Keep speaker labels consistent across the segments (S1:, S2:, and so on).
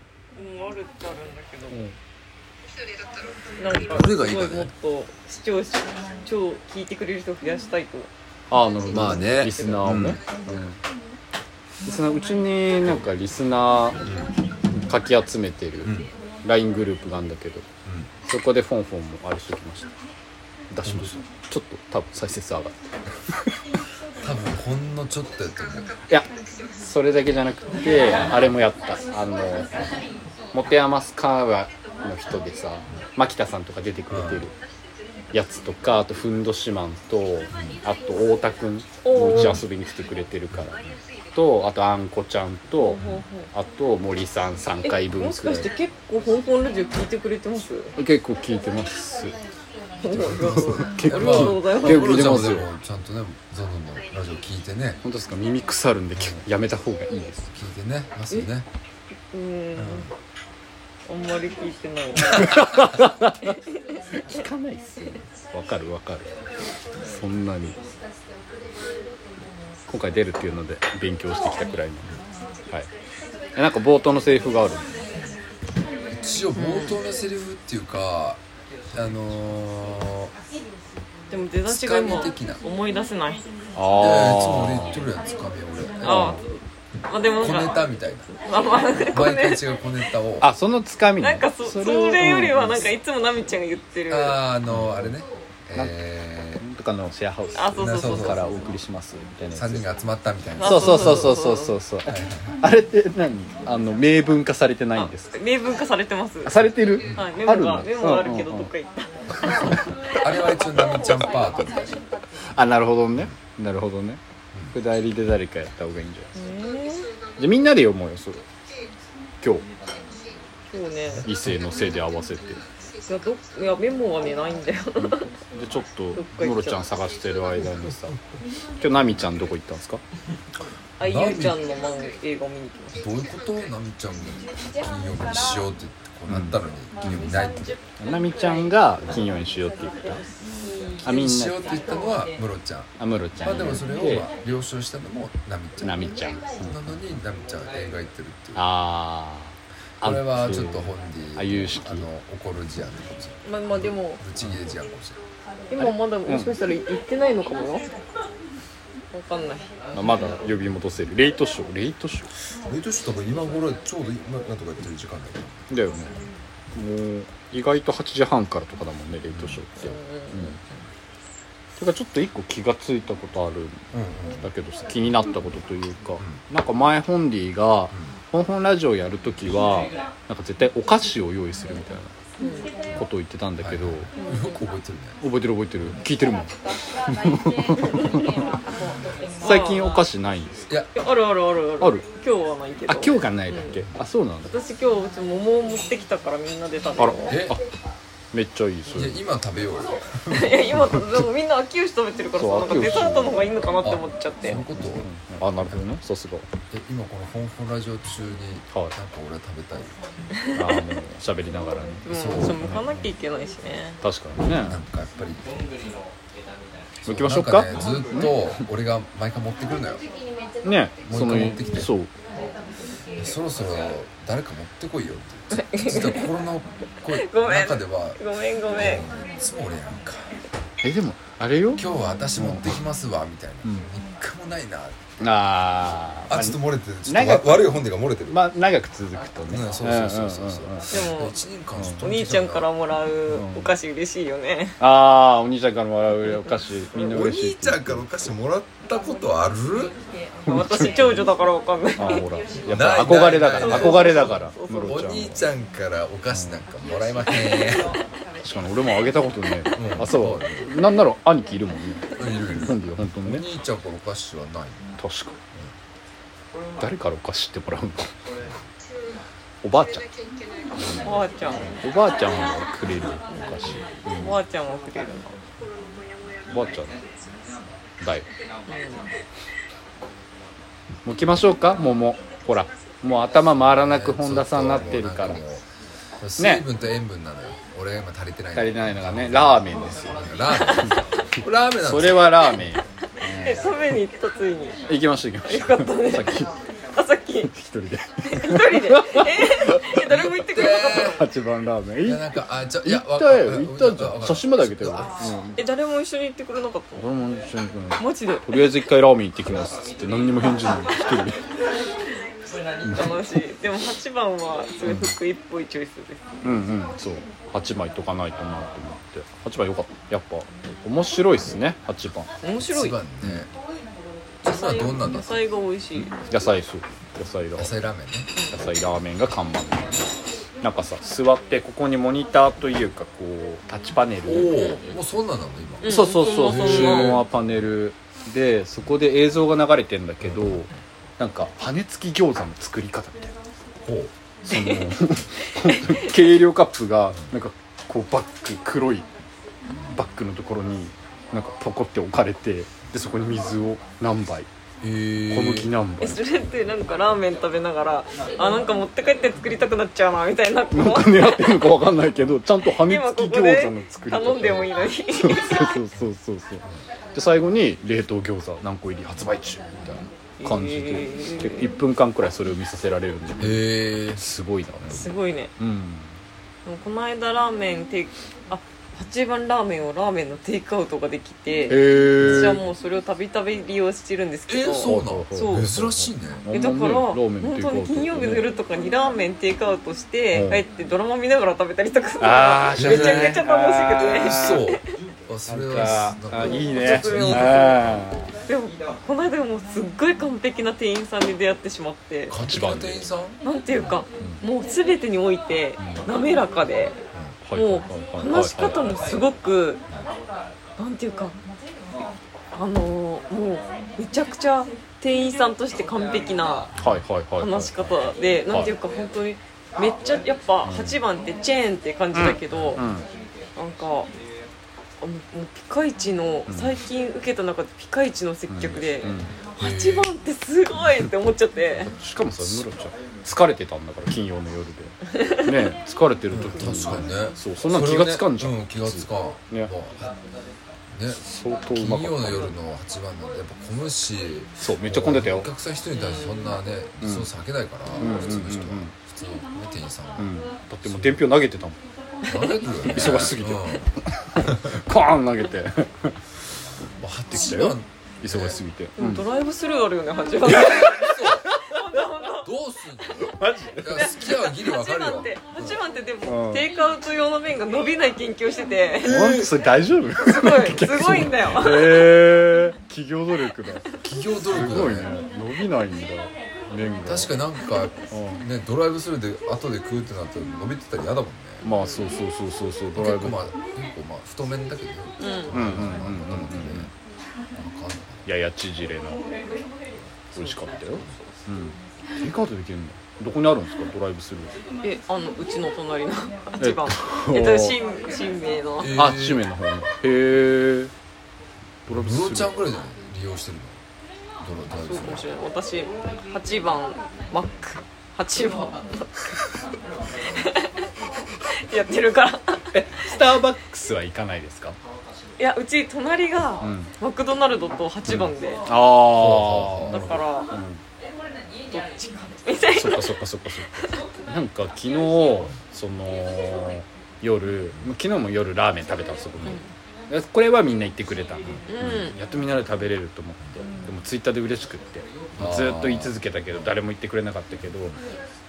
S1: うん、あるっちゃあるんだけど、
S2: うん
S1: なんか
S2: どれがいい
S1: す
S2: か
S1: ご
S2: ね
S1: いもっと視聴者超聞いてくれる人増やしたいと
S2: ああなるほど
S3: まあね
S2: リスナーをね、うんリスナーうちになんかリスナーかき集めてる
S4: うん
S2: LINE グループがあるんだけど、そこでフォンフォンもある人来ました出しましたちょっと多分再生数上がって
S4: 多分ほんのちょっとやと思う
S2: いやそれだけじゃなくてあれもやったあの持て余す川の人でさ牧田さんとか出てくれてるやつとかあとふんどしマンとあと太田君もうち遊びに来てくれてるからとあとあんこちゃんと
S1: ほうほう
S2: あと森さん3回
S1: え
S2: 分
S1: もし
S2: くら
S1: か
S2: い
S1: して結構香港ラジオ聞いてくれてます
S2: 結構聞いてます
S1: 結構
S2: 結
S1: ありがとうございます
S2: 結構
S4: プロ
S2: 聞いて
S4: ちゃん
S2: ま
S4: も
S2: す
S4: で
S2: よ
S4: もちゃんとねゾノのラジオ聞いてね
S2: 本当ですか耳腐るんで結構やめた方がいいです
S4: 聞いてねますよね
S1: うんあんまり聞いてない
S2: 聞かないっすよわかるわかるそんなに今回出るっていうので勉強してきたくらいのはいえなんか冒頭のセリフがある
S4: 一応冒頭のセリフっていうかあのー
S1: でも出だしが今
S4: つかみ的な
S1: 思い出せない
S4: いやいやいつも俺言
S2: あ
S4: っとるやんつかみ俺
S1: ああまあでも
S4: 小
S1: な
S4: ネ
S1: んか
S4: タみたいな
S1: あまあなんかこ
S4: 毎
S1: れ
S4: 回違う小ネタを
S2: ああそのつかみね
S1: なんかそそ
S2: を
S1: れよりはなん
S2: う
S1: かいつもナミちゃんが言ってるあ
S4: あーあのあれねえ
S2: んとかのシェアハウス
S1: そうそうそう
S4: そ
S1: そうう
S2: からお送りしますみたいな
S4: ー、
S2: やつ
S4: 3人が集まったみたいな
S1: あ
S2: そうそうそうそうそうそうそうあれって何あの明文化されてないんですか
S1: 例文化されてます
S2: されてる
S1: はいメモ
S2: の
S1: がメモがあるけど
S2: うんうん
S1: ど
S2: う
S1: っ
S2: ん
S1: か行った
S4: あれは一応ナミちゃんパートみたいな
S2: あなるほどねなるほどねこれ代理で誰かやった方がいいんじゃないですかじゃあみんなで読もうよそれ今
S1: そうね
S2: 日異性の性で合わせて
S1: いやどいやメモはねない んだよ
S2: でちょ
S1: ど
S2: っ
S1: っ
S2: と
S1: か行っちゃう
S2: のろちゃん探してる間にさ今日ナミちゃんどこ行ったんですか
S1: あゆうちゃんの漫画映画見に行きまし
S4: どういうことナミちゃんが金曜日にしようってこうなったのに金曜日ないって
S2: ナミちゃんが金曜にしようって言ったあみん
S4: し
S2: な
S4: ようって言ったのはムロちゃん
S2: あムロちゃ
S4: まあ
S2: ん
S4: でもそれを
S2: で
S4: まあ了承したのもナミちゃん
S2: ナ
S4: な
S2: ミちゃん
S4: のにナミちゃんは映画行ってるっていう
S2: ああ
S4: これはちょっと本人
S2: あ有識
S4: あの怒る事案かもしれ
S1: たま
S4: ない
S1: あまあでも
S4: ぶち切れ事案かもしれない
S1: 今まだもしかしたら行ってないのかもよわかんない
S2: まだ呼び戻せるレイトショーレイトショー
S4: レイトショー多分今頃ちょうど今なんとかやってる時間だけど
S2: だよねもう意外と8時半からとかだもんねレイトショーっててかちょっと一個気がついたことあるん
S4: うんうん
S2: だけどさ気になったことというか、なんか前ホンディが「ホンホンラジオ」やるときはなんか絶対お菓子を用意するみたいなことを言ってたんだけど、
S4: よく覚えてるね
S2: 覚えてる覚えてる聞いてるもん 最近お菓子ないんです
S4: いや
S1: いやあるあるあるある
S2: ある
S1: 今日はないけど
S2: あ今日がないだっけ、あそうなんだ
S1: 私今日ちょっと桃を持ってきたからみんなで食べ
S2: あら
S1: よ
S4: え
S2: あめっちゃいいそ
S4: い
S2: れ
S4: や今食べようよ
S1: う いや今でもみんな秋吉食べてるからさ
S2: そう
S1: なんか
S2: 秋
S1: デ
S2: 吉
S1: ザートの方がいいのかなって思っちゃっ
S4: そ
S1: て
S4: のことを
S2: あなるほどねさすが
S4: え今この「本本ラジオ」中に
S2: はい
S4: なんか俺は食べたい
S2: あの喋りながらね
S1: うん
S4: そう
S1: そう向かなきゃいけないしね
S2: 確かにね
S4: なんかやっぱり
S2: 行きましょうか
S4: なんねずっと俺が毎回持ってくるのよ
S2: ね
S4: もう一回
S2: その
S4: 持ってきて
S2: そう
S4: そろそろ誰か持ってこいよって 実は心の声
S1: ごめん
S4: 中では
S1: ごめんごめん
S4: いつも俺やんか
S2: えでもあれよ
S4: 今日は私持ってきますわみたいな
S2: うん
S4: 一回もないな
S2: あー
S4: あちょっと漏れてるちょっと
S2: 長
S4: わ
S2: く
S4: 悪い本音が漏れてる
S2: まあ長く続くと
S4: う
S2: ね
S4: んそうそうそうそうそ
S2: んんんん
S1: でも
S4: う一年間ずっと
S1: お
S4: 見
S1: 兄
S4: て
S1: ち
S4: た
S1: ゃんからもらうお菓子嬉しいよね
S2: ああお兄ちゃんからもらうお菓子みんな
S4: お
S2: 嬉しい
S4: 兄ちゃんからお菓子もらったことある
S1: 私長女だからわかんない
S2: あーほらやっ
S4: ない
S2: ぱ憧れだから
S4: ない
S2: 憧れだから
S1: そう
S2: ム
S1: そう
S2: ロ
S4: お
S2: ちゃん
S4: 兄ちゃんからお菓子なんかもらいまへん
S2: しかも俺もあげたことね
S4: うん
S2: あそうなんなら兄貴いるもんね
S4: いるいる
S2: 本当よ本当
S4: お
S2: にね
S4: 兄ちゃんからお菓子はない
S2: 確かに誰からお菓子ってもらうのおばあちゃん
S1: おばあちゃん
S2: おばあちゃんがくれるお菓子
S1: おばあちゃんもくれるの
S2: おばあちゃんだよ、もう来ましょうか桃ほらもう頭回らなく本田さんになってるから
S4: ちょっともうなんかもう水分と塩分なのよ俺が今足りてないの
S2: 足りないのがねラーメンですよ
S4: ラーメンラーメンなん
S2: そ
S4: です
S2: れ
S4: よ
S2: はラーメン
S1: え食べに行ったついに
S2: 行きました行きました
S1: よかったね
S2: さっき
S1: あさっき一
S2: 一人
S1: 人で
S2: で
S1: ええどれぐ
S2: 八番ラーメン
S4: い
S2: 行
S4: や
S2: っ
S4: なんかあちょい
S2: 行
S4: や
S2: ったよ
S4: わ
S2: 行ったんじゃ
S4: わ
S2: ん
S4: かる
S2: 写真まであげたよ
S4: うわ
S2: うん
S1: え誰も一緒に行ってくれなかったの
S2: 俺も一緒に行くの
S1: マジで
S2: とりあえず一回ラーメン行ってきますっつって何にも返事ない一人で
S1: 楽しいでも8番はすごい福井っぽいチョイスです
S2: うんうんそう8枚とかないとなと思って8番よかったやっぱ面白いっすね8番
S1: 面白
S4: 一
S1: い
S4: 番ね
S1: 野
S4: 一番
S1: 菜
S4: どんなんだ
S1: 野菜が美味しい
S2: 野菜そう野菜ラー
S4: 野菜ラーメンね
S2: 野菜ラーメンが看板なんかさ座ってここにモニターというかこうタッチパネル
S4: おおもうそんなんなの今
S1: うん
S2: そうそうそう
S1: そんなそんな
S2: 注文はパネルでそこで映像が流れてんだけどなんか羽根付き餃子の作り方みたいな
S4: ほう
S2: その本当に軽量カップがなんかこうバッグ黒いバッグのところになんかポコって置かれてでそこに水を何杯
S4: へー
S2: 小麦何
S1: え
S2: 杯
S1: それってなんかラーメン食べながらあなんか持って帰って作りたくなっちゃうなみたいな
S2: なんか狙ってるのか分かんないけどちゃんと羽根
S1: 今
S2: 付
S1: こ
S2: き
S1: こ
S2: 餃子
S1: で
S2: の作り方
S1: 頼んでもいいのに
S2: そうそうそうそうそうで最後に冷凍餃子何個入り発売中みたいな感じで
S1: えー
S2: で1分間くらいそれを見させられるんで
S4: へえ
S2: すごいな
S1: すごいね
S2: うん
S1: でもこの間ラーメンテイクあ8番ラーメンをラーメンのテイクアウトができ
S2: へ
S1: て私は
S2: え
S1: もうそれをたびたび利用してるんですけ
S4: え
S1: ど
S4: そうな
S1: そ
S4: の
S1: う
S4: 珍しいね
S1: えだから
S2: ラーメン
S1: 本
S2: テイク
S1: 当
S2: アウト
S1: に金曜日の夜とかにラーメンテイクアウトして
S2: うん
S1: 帰ってドラマ見ながら食べたりとかする
S2: あー
S1: めちゃめちゃ楽しくて
S2: あー
S4: そうあそれは
S2: なんかあ
S4: なんか
S2: いい
S4: ちょ
S2: ね
S4: っといいね
S2: あ
S1: でもこの間もうすっごい完璧な店員さんに出会ってしまって
S4: 完璧な店員さん
S1: なんていうかもう全てにおいて滑らかで
S2: ー
S1: もう
S2: はいはいはいはい
S1: 話し方もすごくなんていうかあのーもうめちゃくちゃ店員さんとして完璧な
S2: はいはいはいはい
S1: 話し方でなんていうか本当にめっちゃやっぱ8番ってチェーンって感じだけど。
S2: うん
S1: なんかあもうもうピカイチの最近受けた中でピカイチの接客で、
S2: うん
S1: 八8番ってすごいって思っちゃって
S2: しかもさムロちゃん疲れてたんだから金曜の夜 でね疲れてる時
S4: 確かにね
S2: そうそんなの気がつかんじゃん
S4: それをねう気がつかん
S2: ね
S4: わね
S2: 相当うま
S4: 金
S2: か
S4: 曜の
S2: った
S4: 夜の8番なんてやっぱ混むし
S2: そうめっちゃ混んでたよ
S4: お客さん一人に対してそんなね
S2: うん
S4: そう避けないから
S2: ん
S4: 普通の人は
S2: うんうん
S4: 普通のね店員さんは
S2: うんだってもう伝票投げてたもん
S4: 慣れてるよね
S2: 忙しすぎて
S4: うんも
S2: コーン投げて
S4: う
S2: きた
S4: 8
S2: よ
S4: 番
S2: 忙しすぎて
S1: でもドライブスルーあるよね8番
S4: どうすんの
S2: マジで
S4: いや好きはギリわか
S1: 8
S4: る
S1: 番っ
S4: よ
S1: て8番ってで
S2: う
S1: も
S2: ん
S1: テイクアウト用の麺が伸びない研究をしてて
S2: それ大丈夫
S1: すご いすごいんだよ
S2: へえ 企業努力だ
S4: 企業努
S2: すごい
S4: 力
S2: ね
S4: だね
S2: 伸びないんだ麺が
S4: 確かになんか
S2: う
S4: ねドライブスルーで後で食うってなったら伸びてたら嫌だもんね
S2: まあそうそうそうそうそうドライ
S4: 結
S2: ブ
S4: 構まあ結構まあ太麺だけどね
S1: うん
S2: うんうんうんうん
S4: なんか
S2: やや縮れな美味しかったようんテイクアウトできるんだどこにあるんですかドライブスルー
S1: えあのうちの隣の8番え
S2: えっ
S1: っ
S2: と
S1: と新新名の
S4: えー
S2: あ地面の方にへえドライブス
S4: ム
S2: ル
S4: ロちゃん
S2: ー
S4: ぐらいじゃない利用してるのドラドライブ
S1: そう
S4: ス
S1: か
S4: ル
S1: も
S4: ー
S1: しれない私8番マック8番マック やってるから
S2: スターバックスは行かないですか
S1: いやうち隣が
S2: ん
S1: マクドナルドと8番で、
S2: ああ
S1: だから、どっちかみたい
S2: そっ
S1: な
S2: かそっかそっかそっかなんか昨日その夜昨日も夜ラーメン食べたのそこに、これはみんな言ってくれた、
S1: ん
S2: やっとみんなで食べれると思ってでもツイッターで嬉しくってもうずっと言い続けたけど誰も言ってくれなかったけど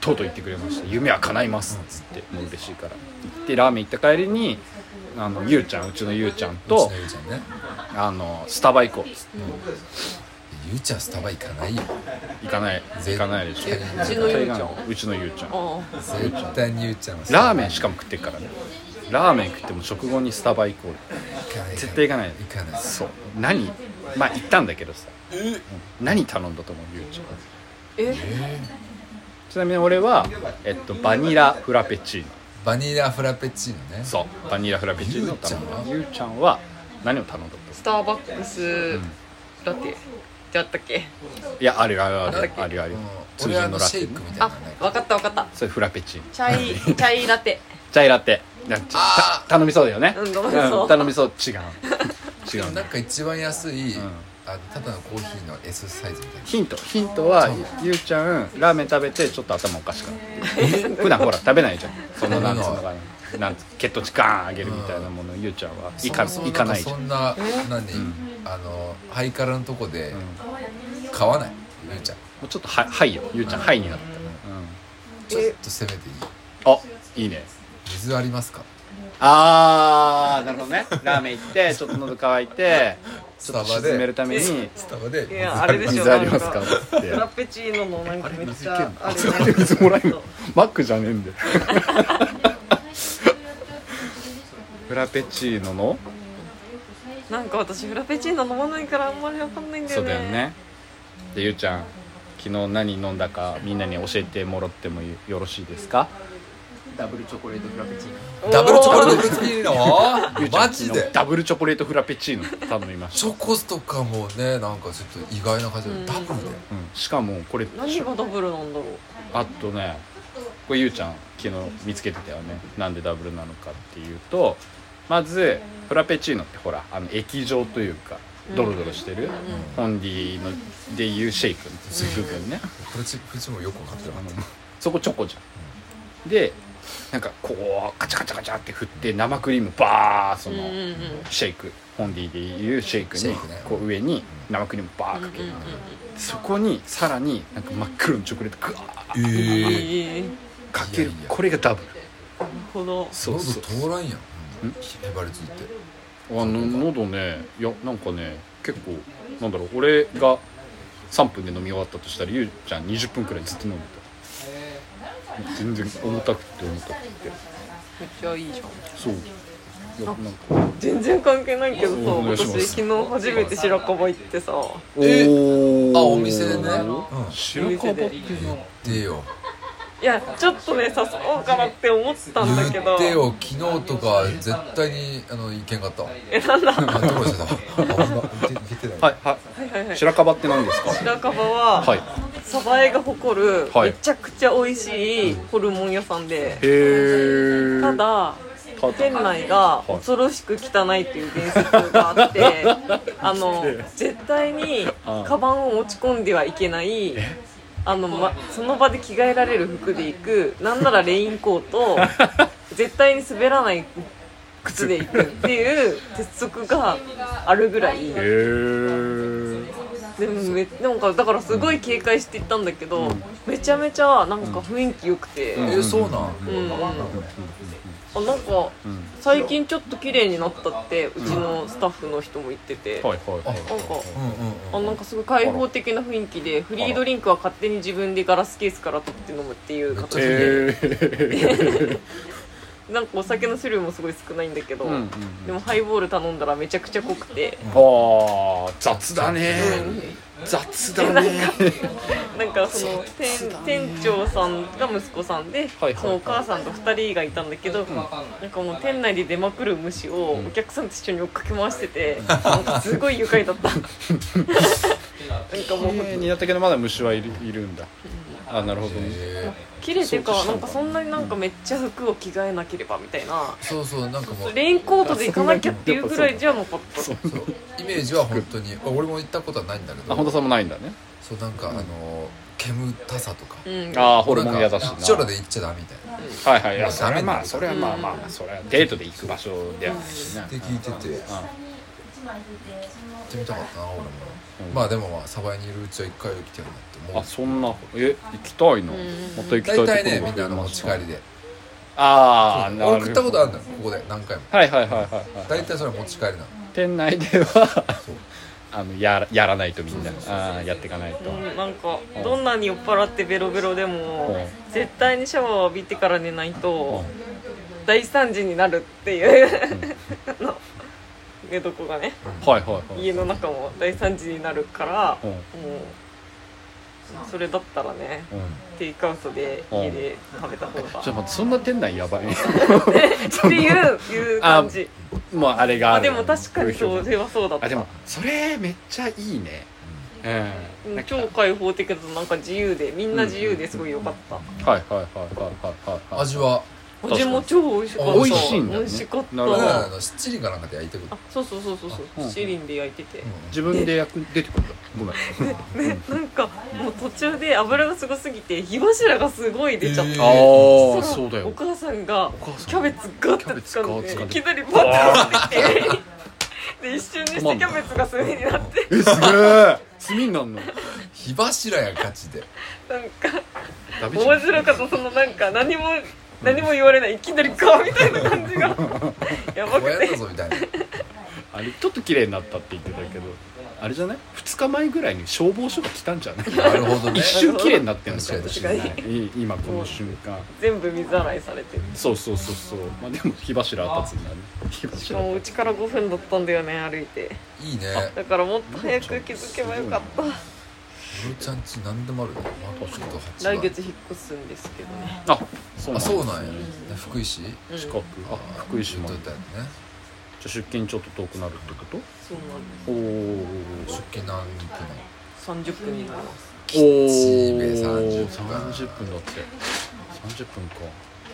S2: とうとう言ってくれました「夢は叶います」っつってもう嬉しいから行ってラーメン行った帰りにあのゆうちゃんうちのゆうちゃん
S4: うち
S2: と
S4: のゆうちゃんね
S2: あのスタバ行こうっつって
S4: ゆうちゃんスタバ行かないよ
S2: 行かない行かないでしょ
S4: えう
S1: ちのゆうちゃん
S2: うちのゆうちゃん
S1: ああ
S4: 絶対にゆうちゃんは
S2: ラーメンし
S4: か
S2: かも食ってっからねラーメン食っても食後にスタバ行こう
S4: 行かない
S2: 絶対行かない
S4: 行かない
S2: そう何まあ行ったんだけどさうん何頼んだと思うゆうちゃん
S1: え
S2: ちなみに俺は、えっと、バニラフラペチーノ
S4: バニラフラペチーノね
S2: そうバニラフラペチーノを頼んだゆ
S4: ゆ
S2: うちゃんは何を頼んだ
S1: スターバックスラテってあったっけ
S2: といやあるよあるある
S1: なん
S2: あ
S1: だ
S2: る
S1: っけ
S2: あるある
S4: うん
S2: 通
S4: 俺あ
S2: 常の
S4: の
S2: ラ
S4: シェ
S2: テ
S4: イクみたいな
S1: あ
S4: のね
S1: わかったわかった
S2: それフラペチーノ
S1: チャ イチャイラテ
S2: チャイラテなち
S4: あ
S2: た頼みそうだよね
S1: うん頼みそう
S2: 頼みそう違う違
S4: で
S2: う
S4: も
S2: ね
S4: なんか一番安い
S2: うん
S4: あただのコーヒーの S サイズみたいな
S2: ヒントヒントはゆうちゃんラーメン食べてちょっと頭おかしくなってる 普段ほら食べないじゃんそのなんつうのかななんつ血糖値ガーン上げるみたいなもの、ゆうちゃんは
S4: そ
S2: いか
S4: もそも
S2: いかないじゃ
S4: そ
S2: ん
S4: んな何、あのハイカラのとこで買わないゆうちゃん
S2: もうちょっとははいよゆうちゃんはいになった、
S4: ちょっと攻めていい
S2: うん、あいいね
S4: 水ありますか
S2: あーなるほどねラーメン行ってちょっと喉乾いて
S4: スタバ
S2: 沈める
S4: で
S2: ために
S4: スタバ
S1: い
S4: で水
S1: や
S4: あ
S1: あれ
S4: り
S1: でしょ
S2: 水あります
S1: な
S2: か
S1: ん
S2: っ
S1: フラ
S2: て
S1: ペチーノのなんかめっちゃあ
S2: あ
S1: れ
S2: それで水もらえるのマックじゃねえん でフラペチーノの
S1: なんか私フラペチーノ飲まないからあんまりわかんないんだよ
S2: そう
S1: ね
S2: だよねでゆうちゃん昨日何飲んだかみんなに教えてもらってもよろしいですか
S3: ダブルチョコレートフラペチーノ
S4: ダブルチョコレー
S1: お
S4: トフラペチー
S2: ゆう
S4: ノ
S2: ちゃん
S4: マ
S2: 昨
S4: ジ
S2: 日
S4: で
S2: ダブルチョコレートフラペチーノ頼みまし
S4: チョコスとかもねなんかちょっと意外な感じでダブルで
S2: た、うん、しかもこれ
S1: ー何がダブルなんだろう
S2: あとねこれゆうちゃん昨日見つけてたよねなんでダブルなのかっていうとまずフラペチーノってほらあの液状というかドロドロしてる、ホンディのでいうシェイクの部分ね、
S4: これちこっちもよく分かってなか
S2: あ
S4: っ
S2: のそこチョコじゃんでなんかこうカチャカチャカチャって振って生クリームバーそ
S1: うん
S2: の
S1: うんうん
S2: シェイクホンディでいうシェイク
S4: シェ
S2: に
S4: イクね
S2: こう上に生クリームバーかけるそこにさらになんか真っ黒のチョコレートグワー
S4: たえ
S1: え
S4: え
S1: えなる
S2: かける
S4: いやいや
S2: これがダブル
S1: ほど
S2: そう
S4: 喉
S2: そう
S4: 通らん
S2: ん
S4: やんへばりついて
S2: あの喉ねいやなんかね結構なんだろう俺が3分で飲み終わったとしたらゆうちゃん20分くらいずっと飲んでた全然重たくて重たくて
S1: めっちゃいいじゃん
S2: そういやなんか
S1: 全然関係ないけどさ
S2: お願いします
S1: 私昨日初めて白樺行ってさ
S2: お
S4: え
S2: ー
S4: あお店でねうん
S2: 白樺って
S4: 言ってよ
S1: いやちょっとね誘おうかなって思ったんだけ
S4: 言
S1: ど
S4: ってよ昨日とか絶対にあの行けんかったわ
S1: えなんだは
S4: あどこでしたあほんま行け行けてない
S2: はいはい
S1: はいはい
S2: い白樺って何ですか
S1: 白樺は、
S2: はい
S1: 鯖江が誇る
S2: はい
S1: めちゃくちゃ美味しいホルモン屋さんで、
S2: へー
S1: ただ
S2: ただ
S1: 店内が
S2: い
S1: 恐ろしく汚いっていう伝説があってあの絶対にカバンを持ち込んではいけないあの、ま、その場で着替えられる服で行くなんならレインコー ト絶対に滑らない靴で行くっていう鉄則があるぐらい。
S2: へー
S1: でもめなんかだからすごい警戒していったんだけど、めちゃめちゃなんか雰囲気良くて、うん
S4: えそうなん
S1: うんあなんか最近ちょっと綺麗になったってうちのスタッフの人も言ってて、
S2: はいはいはい
S1: なんか
S4: うん
S1: あ
S4: うんうん
S1: なんかすごい開放的な雰囲気でフリードリンクは勝手に自分でガラスケースから取って飲むっていう形で、
S2: へー
S1: なんかお酒の種類もすごい少ないんだけど、
S2: うんうん
S1: でもハイボール頼んだらめちゃくちゃ濃くて、
S2: あー雑だね雑だね
S1: なんかその店店長さんが息子さんで、
S2: はいはい
S1: そのお母さんと2人がいたんだけど、なんかもう店内で出まくる虫をお客さんと一緒に追っかけ回して て、なんかすごい愉快だったなんかもう
S2: 綺麗にやったけどまだ虫はいるいるんだあなるほどね
S4: え
S1: 綺麗っていう
S2: そう
S1: か
S2: した
S1: なん
S2: だ
S1: んかそんなになんかめっちゃ服を着替えなければみたいな
S4: ーそうそうなんかもう
S1: レインコートで行かなきゃっていうぐらいじゃなかった
S2: そう
S4: そうイメージは本当にあ俺も行ったことはないんだけ
S2: あ本
S4: ど
S2: 田さんもないんだね
S4: そうなんかあの煙たさとか
S1: うん
S2: あーホルモン屋だし
S4: なん
S2: な
S4: か一緒で行っちゃダメみたいな
S2: はいはいいやそれはまあそれはまあまあまあそれはデートで行く場所であるしね
S4: って聞いてて行
S2: うん
S4: ってみたかったな俺もまあでもまあ鯖江にいるうちは一回は来てるなって思
S2: あ
S4: う
S2: そんなえ行きたいな、また行きたいと
S4: 大
S2: ころ
S4: 体ねみんなあの持ち帰りで
S2: ああなるほ
S4: 俺
S2: ど
S4: 食ったことあるんだよここで何回も
S2: はいはいはいはい、はい、
S4: 大体それは持ち帰りなの
S2: 店内では
S4: そう
S2: あのやらやらないとみんなあーやっていかないと、
S1: うんなんかどんなに酔っ払ってベロベロでも絶対にシャワーを浴びてから寝ないと大惨事になるっていう あの寝床がね
S2: はいはいはい
S1: 家の中も大惨事になるから
S2: うん
S1: もうそれだったらね
S2: うん
S1: テイクアウトで家で食べた方
S2: ちょっと
S1: が
S2: 待ってそんな店内やばい
S1: っていういう感じ
S2: もうあれが
S1: あ
S2: ある
S1: でも確かにそうそれはそうだった
S2: あでもそれめっちゃいいねう、
S1: うんん
S2: なんか
S1: 超開放的だとなんか自由でみんな自由ですごい良かった
S2: はいはいはいはいはいはいはい
S4: 味は
S1: 味も超美味しかった
S2: 美味しいんだね
S1: 美味しかった
S2: なるほ
S4: だか
S2: ど
S4: らあのしっちりかなんかで焼いてくる
S1: あそうそうそうそうそう、
S2: うん
S1: 七輪で焼いてて、
S2: 自分で焼く出てくるんだごめ ん
S1: ねなんかもう途中で油がすごすぎて火柱がすごい出ちゃっ
S4: え
S1: て、
S4: ー
S2: ああ
S1: そし
S2: ー
S1: たら
S2: そうだ
S1: お
S2: よ
S1: 母さんが
S2: 母さん
S1: キャベツガッて掴んで
S2: キャベツガッて掴ん
S1: い
S2: で
S1: きなりバッて持ってきてで一瞬にしてキャベツが炭になって
S2: えすげえ炭になんの
S4: 火柱やガチで
S1: なんか
S2: ダメじゃ
S1: 面
S2: ん
S1: 白かったそのなんか何も何も言われないいきなりガーみたいな感 じがやば
S4: こうや
S1: く
S4: ってたぞみたいな
S2: あれちょっと綺麗になったって言ってたけどあれじゃない2日前ぐらいに消防署が来たんじゃ ない
S4: なるほどね
S2: 一瞬綺麗になってるのかも
S4: 確
S2: し
S1: か
S2: れ
S1: に
S2: ないい今この瞬間
S1: 全部水洗いされてる
S2: そうそうそうそうまあでも火柱立つんだね火
S1: し
S2: 柱
S1: かもうちから5分だったんだよね歩いて
S4: いいね
S1: だからもっと早く気づけばよかった
S4: ムロちゃんち何でもあるねマックと八番
S1: 来月引っ越すんですけどね
S2: あそうな
S4: あ
S2: ん
S4: そうなん
S2: で
S4: や
S2: すね
S4: 福井市
S1: うん
S2: 近くあ福井市も
S4: と
S2: じ
S4: っ
S2: ゃ
S4: たよね
S2: あ出勤ちょっと遠くなるってこと
S1: そうなんで
S2: おー
S4: 出勤何分なの
S1: す30分になります
S2: お
S4: ちめ
S2: ー
S4: 30分
S2: 30分だって30分か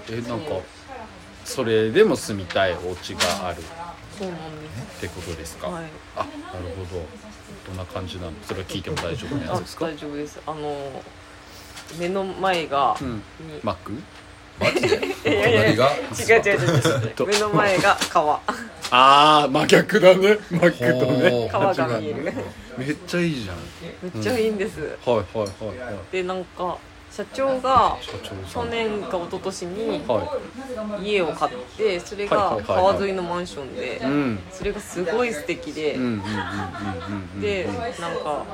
S2: えなんかそれでも住みたいお家があるっ
S1: そうなんです
S2: てことですか、
S1: はい
S2: あなるほどどんな感じなのそれは聞いても大丈夫なや
S1: あ
S2: つですか
S1: 大丈夫ですあの目の前が、
S2: うん
S1: に
S2: マック
S4: マジで
S1: いやいやい
S4: 隣
S1: や
S4: が
S1: 違う違う違う違
S2: と
S1: う目の前が川
S2: ああ真逆だねマックと
S4: ほ
S2: ね
S4: う
S1: 川が見える
S2: めっちゃいいじゃん
S1: めっちゃいいんです、
S2: はいはいはいはい
S1: でなんか社長が
S2: 社長さ
S1: 去
S2: ん
S1: 年か一昨年に
S2: は
S1: 家を買ってそれ
S2: はい
S1: が
S2: はいはいはい
S1: 川沿いのマンションで
S2: いうん
S1: それがすごい素敵で、
S2: うんうんうんうんうん
S1: でなんか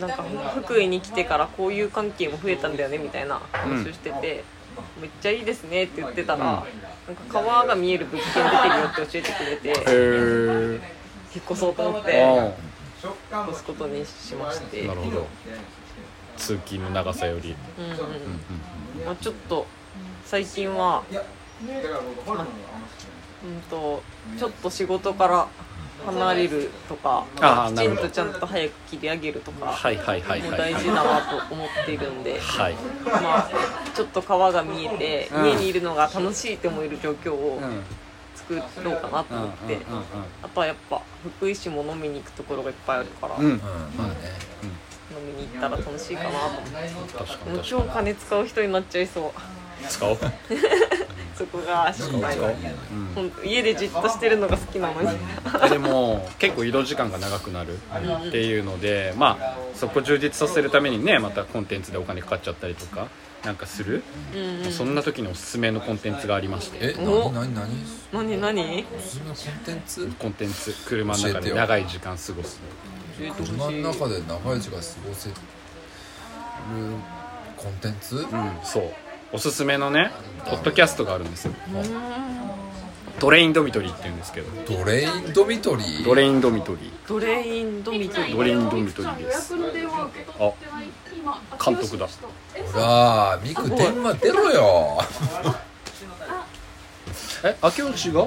S1: なんか福井に来てから交友関係も増えたんだよねみたいな話をしてて、めっちゃいいですねって言ってたら、なんか川が見える物件出てるよって教えてくれて
S2: へ
S1: 引っ越そうと思っ
S2: え
S1: て
S2: あ
S1: 引っ越すことにしまして
S2: あなるほど通勤の長さより
S1: うんうんまあ、ちょっと最近は、まあうんとちょっと仕事から離れるとか
S2: あー
S1: き
S2: な
S1: ち
S2: る
S1: ん
S2: ほ
S1: と
S2: ど
S1: ちゃんと早く切り上げるとか、
S2: はいはいはい
S1: もう
S2: はい
S1: 大事だなと思っているんで、
S2: はい
S1: まあ、ちょっと川が見えて、
S2: うん
S1: 家にいるのが楽しいって思える状況を
S2: うんうんうん
S1: 作ろうかなと思って、あとはやっぱ福井市も飲みに行くところがいっぱいあるから、
S2: うんう
S1: 飲
S2: ん
S4: うんまあね
S1: みに行ったら楽しいかなと思って。
S2: 確か
S1: も
S2: に
S1: う
S2: 確
S1: 超
S2: か
S1: 金使う人になっちゃいそう
S2: に使おう
S1: そこが心配
S2: 使おううん
S1: ほんと家でじっとしてるのが好きなのに
S2: でも結構移動時間が長くなるっていうので、まあ、そこ充実させるためにねまたコンテンツでお金かかっちゃったりとかなんかする、
S1: うん
S2: そんな時におすすめのコンテンツがありまして
S4: え
S1: お
S4: 何何
S1: 何
S4: 何
S1: 何
S4: おすすめのコンテンツ
S2: コンテンツ車の中
S4: 教えて
S2: で
S4: よ
S2: 長い時間過ごす
S4: 車の中で長い時間過ごせるコンテンツ、
S2: の、うん、そうおすすめのねポッドキャストがあるんですよトレインドミトリーっていうんですけど
S4: ドレインドミトリー
S2: トレインドミトリー
S1: ドレインドミトリー
S2: ドレインドミトリーですあ監督だ
S4: ほらミク電話出ろよ
S2: え秋吉が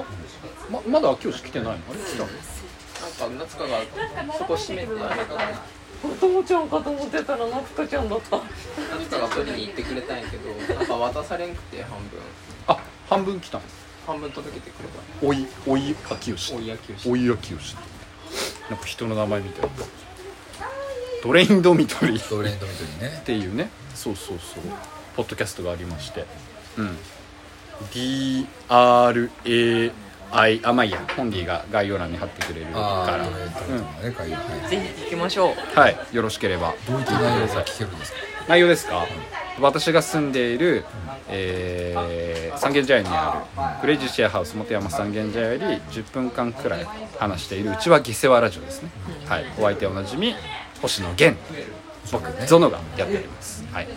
S2: ままだ秋吉来てないのあれ来たの
S3: なんか夏香がそこ閉めて
S1: 子供ちゃんかと思ってたら夏香ちゃんだった
S3: 夏香が取りに行ってくれたんやけどなんか渡されんくて半分
S2: あ半分来たの
S3: 半分届けてくれた
S2: おいおい秋吉
S3: 追い野球して
S2: おいやきよしなんか人の名前みたいなドレインドミトリーっ
S4: ドレインドミトリーね
S2: ていうねそうそうそうポッドキャストがありましてうん DRAI あまあいいや本ディが概要欄に貼ってくれる
S4: あ
S2: か
S4: あドレインドミトリーね会議はい
S1: ぜひ聞きましょう
S2: らはいよろしければ
S4: どういった内容が聞けるんですか
S2: 内容ですか、私が住んでいる、えー三軒茶屋にあるクレイジーシェアハウス元山三軒茶屋より10分間くらい話しているうちは下世話ラジオですね、はい、お相手おなじみ星野源僕ゾノがやっております、はい、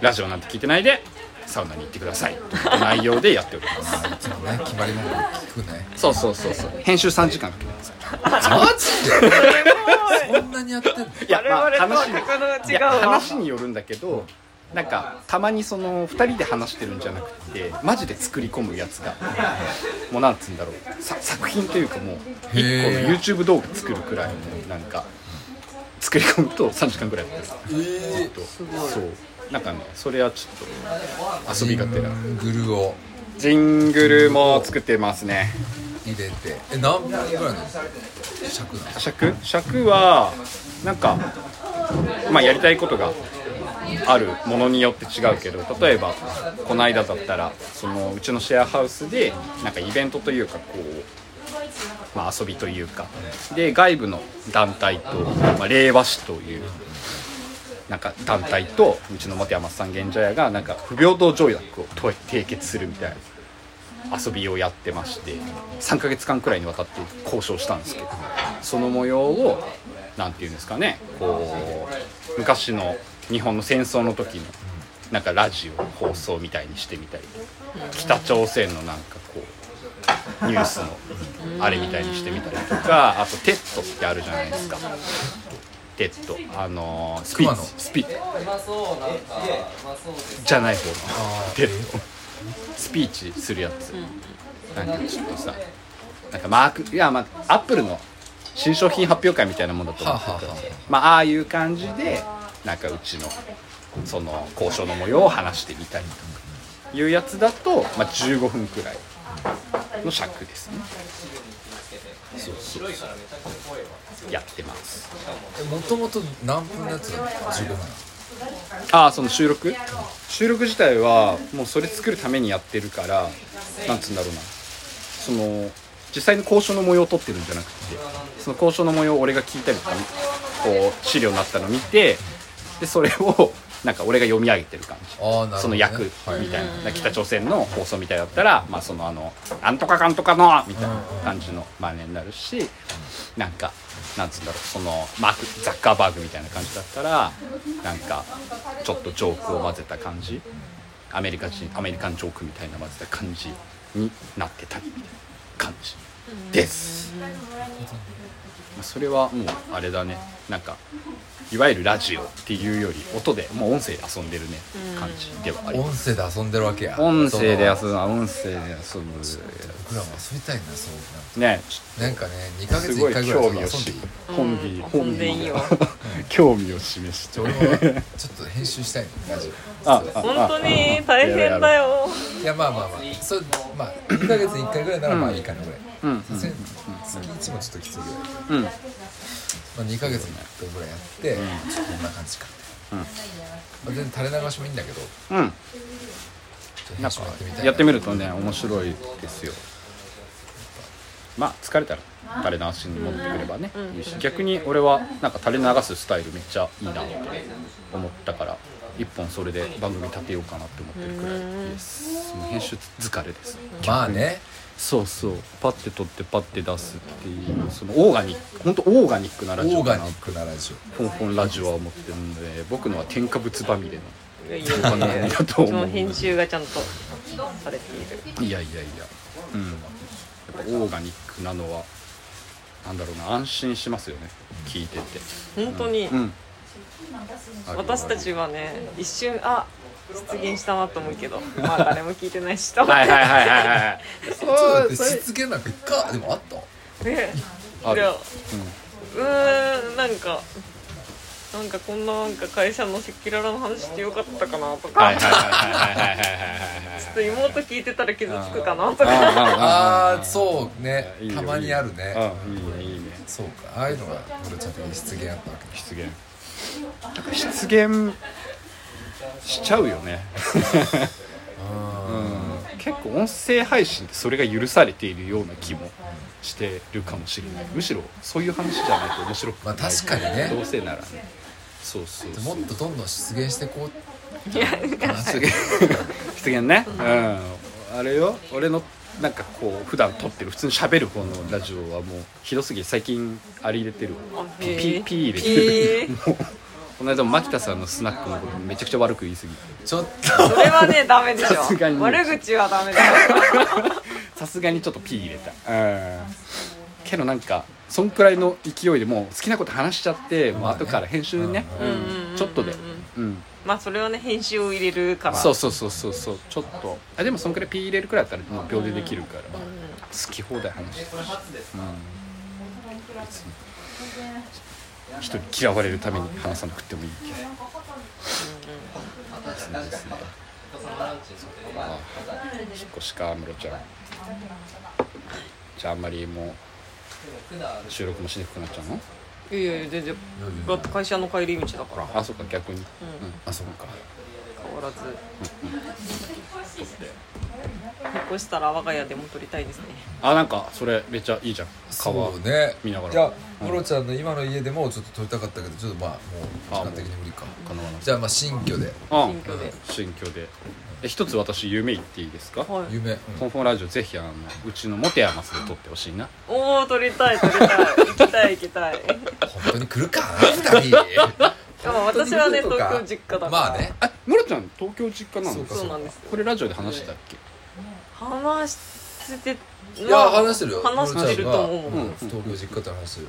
S2: ラジオなんて聞いてないでサウナに行ってくださいという内容でやっております
S4: いつもね決まり文句聞くね
S2: そうそうそうそう編集3時間かけてます
S4: マジでそんなにやってんの
S2: いや、まあ、
S1: 我々とは
S2: 話に
S1: 格の違うわ
S2: いや話によるんだけどなんかたまにその2人で話してるんじゃなくてマジで作り込むやつがもうなんつうんだろうさ作品というかもう1個
S4: へー
S2: の YouTube 動画作るくらいのなんか作り込むと3時間くらいです
S4: えー
S2: そうなんかねそれはちょっと遊びがてら
S4: ジングルを
S2: ジングルも作ってますね
S4: 入れてえ何分ぐらいの尺なの
S2: 尺尺はなんかまあやりたいことがあるものによって違うけど例えばこの間だったらそのうちのシェアハウスでなんかイベントというかこう、まあ、遊びというかで外部の団体と、まあ、令和市というなんか団体とうちの元山さん現者屋がなんか不平等条約をと締結するみたいな遊びをやってまして3ヶ月間くらいにわたって交渉したんですけどその模様を何て言うんですかねこう昔の日本の戦争の時のなんかラジオ放送みたいにしてみたり北朝鮮のなんかこうニュースのあれみたいにしてみたりとかあとテッドってあるじゃないですか。テッドあのースピッ
S4: 熊
S2: ツ
S4: 野
S2: スピッツじゃない方のテッドスピーチするやつ、なんかちょっとさなんかマークいやまあアップルの新商品発表会みたいなもんだと思ってたから
S4: はあはあは
S2: まあああいう感じでなんかうちのその交渉の模様を話してみたりとかいうやつだと、まあ、15分くらいの尺ですねそうそうそうやってます
S4: もともと何分のやつだったの15分
S2: ああその収録収録自体はもうそれ作るためにやってるからなんつうんだろうなその実際の交渉の模様を撮ってるんじゃなくてその交渉の模様を俺が聞いたりとかこう資料になったのを見てでそれをなんか俺が読み上げてる感じ
S4: ああなるほど、ね、
S2: その役みた
S4: はいい
S2: な、北朝鮮の放送みたいだったら、まあ、そのあの「なんとかかんとかの」みたいな感じの真似になるしなんかなんつうんだろうそのマーク・ザッカーバーグみたいな感じだったらなんかちょっとジョークを混ぜた感じアメリカ人アメリカンジョークみたいな混ぜた感じになってたりみたいな感じです。まあそれはもうあれだねなんかいわゆるラジオっていうより音でもう音声で遊んでるね感じではあります
S4: 音声で遊んでるわけや
S2: 音声で遊
S4: ぶ
S2: ぶ音声で遊
S4: 僕らも遊びたいなそう
S2: ぶねち
S4: ななんかね2
S2: ょ
S4: ヶ月
S2: す
S4: に
S2: ご
S4: 1
S2: い
S4: 回ぐら
S2: 興
S4: い遊
S2: 味
S4: んで
S2: を
S4: い
S2: し
S4: い
S2: 本気
S1: 遊んでいいよ
S2: 興味を示して
S4: じゃあ俺はちょっと編集したいのラジ
S2: ああ
S1: 本当に大変だよ
S4: オいやまあまあまあそうまあ2ヶ月に1回ぐらいならまあいいかなぐら
S2: う
S4: い、
S2: んうん
S4: せ月1もちょっときついぐらい、ま
S2: うん
S4: あ、2ヶ月に1回ぐらいやって、ちょっとこんな感じか
S2: うん
S4: まあ、全然垂れ流しもいいんだけど
S2: うん
S4: ちょっと
S2: なんか
S4: 編集もやってみたい
S2: やって
S4: み
S2: みるとね面白いですよまあ疲れたら垂れ流しに持ってくればねいいし逆に俺はなんか垂れ流すスタイルめっちゃいいなと思ったから一本それで番組立てようかなって思ってるくらいですもう編集疲れです
S4: まあね
S2: そうそうパッて取ってパッて出すっていうそのオーガニック本当オーガニックな
S4: オ
S2: ラジオ
S4: ーガ
S2: か
S4: ニ
S2: な
S4: ックなラジ
S2: ポンポンラジオは思ってるので僕のは添加物まみれの
S1: いやい
S2: 番
S1: や
S2: 組
S1: いや
S2: だと
S1: そ
S2: 思う
S1: の
S2: のでい
S1: 編集がちゃんとされている
S2: やいやいやうんやっぱオーガニックなのはなんだろうな安心しますよね聞いてて
S1: 本当に
S2: うん
S1: 私たちはね一瞬あ出現したなと思うけどまあ誰も聞いてないしと思っ
S2: はい
S1: て
S2: はいはいはいはい
S4: オちょっと待って失言なんか一回でもあった
S1: ね
S2: ある
S1: いやうーんなんかなんかこんななんか会社の赤裸々の話してよかったかなとか、
S2: はいはいはいはいはいはいはい
S1: ちょっと妹聞いてたら傷つくかなと
S2: はい
S1: か
S4: あ
S2: あ
S4: あそうね
S2: いいよ
S4: たまにあるね
S2: あいいねいいね
S4: そうかああいうのが俺ちゃんと失言あったわけ
S2: 失言失言しちゃうよねうん結構音声配信ってそれが許されているような気もしてるかもしれないむしろそういう話じゃないと面白くない
S4: まあ確かにね
S2: どうせならねそうそう
S4: で
S2: そ
S4: も
S2: う
S4: っとどんどん失言してこう
S2: 失言失言ねうんあれよ俺のなんかこう普段撮ってる普通に喋る方のラジオはもうひどすぎて最近あれ入れてるわ
S1: あ
S2: ピ
S1: へえ
S2: ピピー入れてる
S1: えー、
S2: この間も牧田さんのスナックのことめちゃくちゃ悪く言い過ぎて
S4: ちょっ
S1: それはねダメでし
S2: さすがに
S1: ょ悪口はダメだよ
S2: さすがにちょっとピー入れたうんけどなんかそんくらいの勢いでもう好きなこと話しちゃってもう後から編集ね、うんちょっとで、うん、
S1: まあそれはね編集を入れるから
S2: そうそうそうそうそうちょっとあでもそんくらいピー入れるくらいだったらもう秒でできるから、好き放題話してるし、うん、別に人に嫌われるために話さなくてもいいけど、ですねですねあ引っ越しか安室ちゃんじゃああんまりもう収録もしにくくなっちゃうの
S1: いやいやいや全然だって会社の帰り道だから
S2: ああそうか逆に、
S1: う
S2: うん、あそうか
S1: 変わらず引っ越したら我が家でも撮りたいですね
S2: あなんかそれめっちゃいいじゃん川
S4: そうね
S2: 見ながら
S4: いやムロちゃんの今の家でもちょっと撮りたかったけどちょっとまあもう時間的に無理か
S2: かなわな
S4: じゃあまあ新居で
S2: う
S1: 新
S2: ん
S1: 居で、
S2: 新居でで一つ私夢言っていいですか
S1: はい、
S4: 夢、うん
S2: フォンフォンラジオぜひあのうちのモテヤマスで撮ってほしいな
S1: おお撮りたい撮りたい行きたい行き たい
S4: 本当に来るか二人
S1: まあ私はね
S4: 本当に来るのか
S1: 東京実家だから
S4: まあね
S2: あムロちゃん東京実家な
S4: そ
S2: の
S4: うか
S1: そうなんですよ
S2: これラジオで話したっけ
S1: 話してい
S4: いや話してるよ
S1: 話してると思う、
S4: ムロちゃん
S2: うん
S4: が東京実家って話してる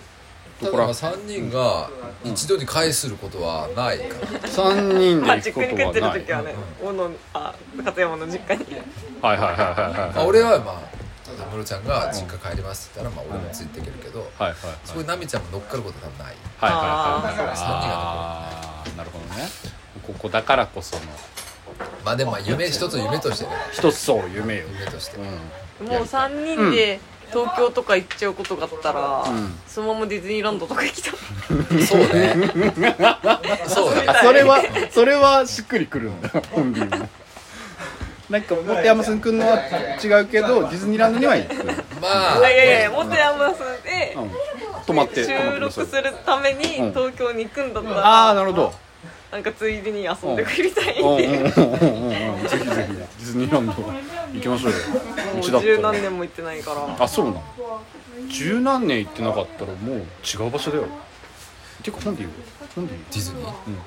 S2: ど
S4: た
S2: こ
S4: だ
S2: ら
S4: まあ3人が一度に返することはないから
S2: 3人で
S1: まあ
S2: 行
S1: 実
S2: くこ
S1: 家に帰って
S2: と
S1: る
S2: はない
S1: 時はね、小野あ勝山の実家に
S2: はいはいはいはいはい
S4: まあ、俺はまあムロちゃんが実家帰りますって言ったらまあ俺もついていけるけど、
S2: はいはいはい
S4: そこにナミちゃんも乗っかることは多分ない
S2: はいはい
S1: あ
S2: はい
S1: ー
S2: はいあーなるほどねここだからこその
S4: まあでもまあ夢一つの夢としてね
S2: 一つそう夢よ、
S4: 夢として
S2: うん、
S1: もう3人で東京とか行っちゃうことがあったら、
S2: ん
S1: そのままディズニーランドとか行きたい
S4: そうねそう ね
S1: たい
S2: それはそれはしっくりくるんだ本人もなんか本山さんくんのは違うけどディズニーランドには行く、
S4: まあ
S1: いやいやいやもっと山さんで
S2: うん、泊まって
S1: 収録するために
S2: うん
S1: 東京に行くんだった
S2: あ
S1: ら、
S2: あーなるほど
S1: なんかついでに遊んでくれみたい
S2: うんうん
S1: で、
S2: うんうんうんぜひぜひディズニーランド行きましょうよう
S1: も
S2: ち
S1: う十
S2: だっ
S1: 何
S2: たら
S1: 年も行ってないから
S2: あそうなの十何年行ってなかったらもう違う場所だよていうか本で言う本で言う
S4: ディズニー、
S2: うん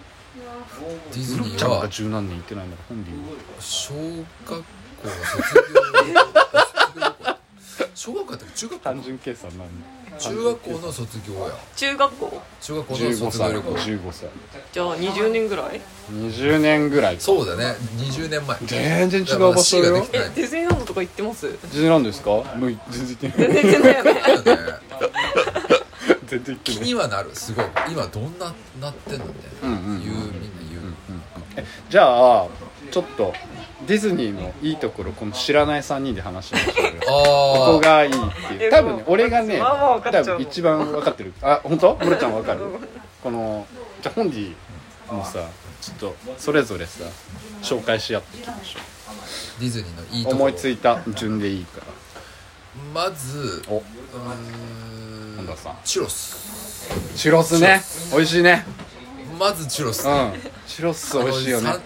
S4: ディズ
S2: ズ
S4: ニ
S2: ルち
S4: ー
S2: ゃんが
S4: は
S2: 十何年行ってないんだから本で言う
S4: 小学校卒業小学校やったっけ中学校
S2: 単純計算なんだ
S4: 中学校の卒業や
S1: 中学校
S4: 中学校の
S2: 15
S4: 卒業
S2: 歳
S4: 旅行
S2: 15歳
S1: じゃあ20年ぐらい
S2: 20年ぐらい
S4: そうだね20年前
S2: 全然違う場所よ
S4: だか
S1: え
S4: ら C ができてない
S1: ディズニーランドとか行ってます
S2: ディズニーランドですかもう全然行ってない
S1: 全然行ってないよね
S4: だよね
S2: 全然行
S4: 気
S2: ってない
S4: にはなるすごい今どんななってんのみた
S2: う
S4: いな、
S2: んうんうん
S4: 言うみんな言う、
S2: じゃあちょっとディズニーのいいところこの知らない3人で話しましょうよここ
S4: ああ
S2: がいいっていう多分ね俺がね
S1: まあまあ分か
S2: 多
S1: っちゃう
S2: 分一番分かってるあ本当ムロちゃん分かるこのじゃあ本ディもさちょっとそれぞれさ紹介し合っていきましょ
S4: ディズニーのいいうとこ
S2: 思いついた順でいいから
S4: まず
S2: お
S4: うー
S2: 本田さん
S4: チュロス
S2: チュロスね美味しいね
S4: まずチュロス、
S2: う
S4: あ
S2: んチュロス美
S4: の
S2: 味しいよね
S4: さん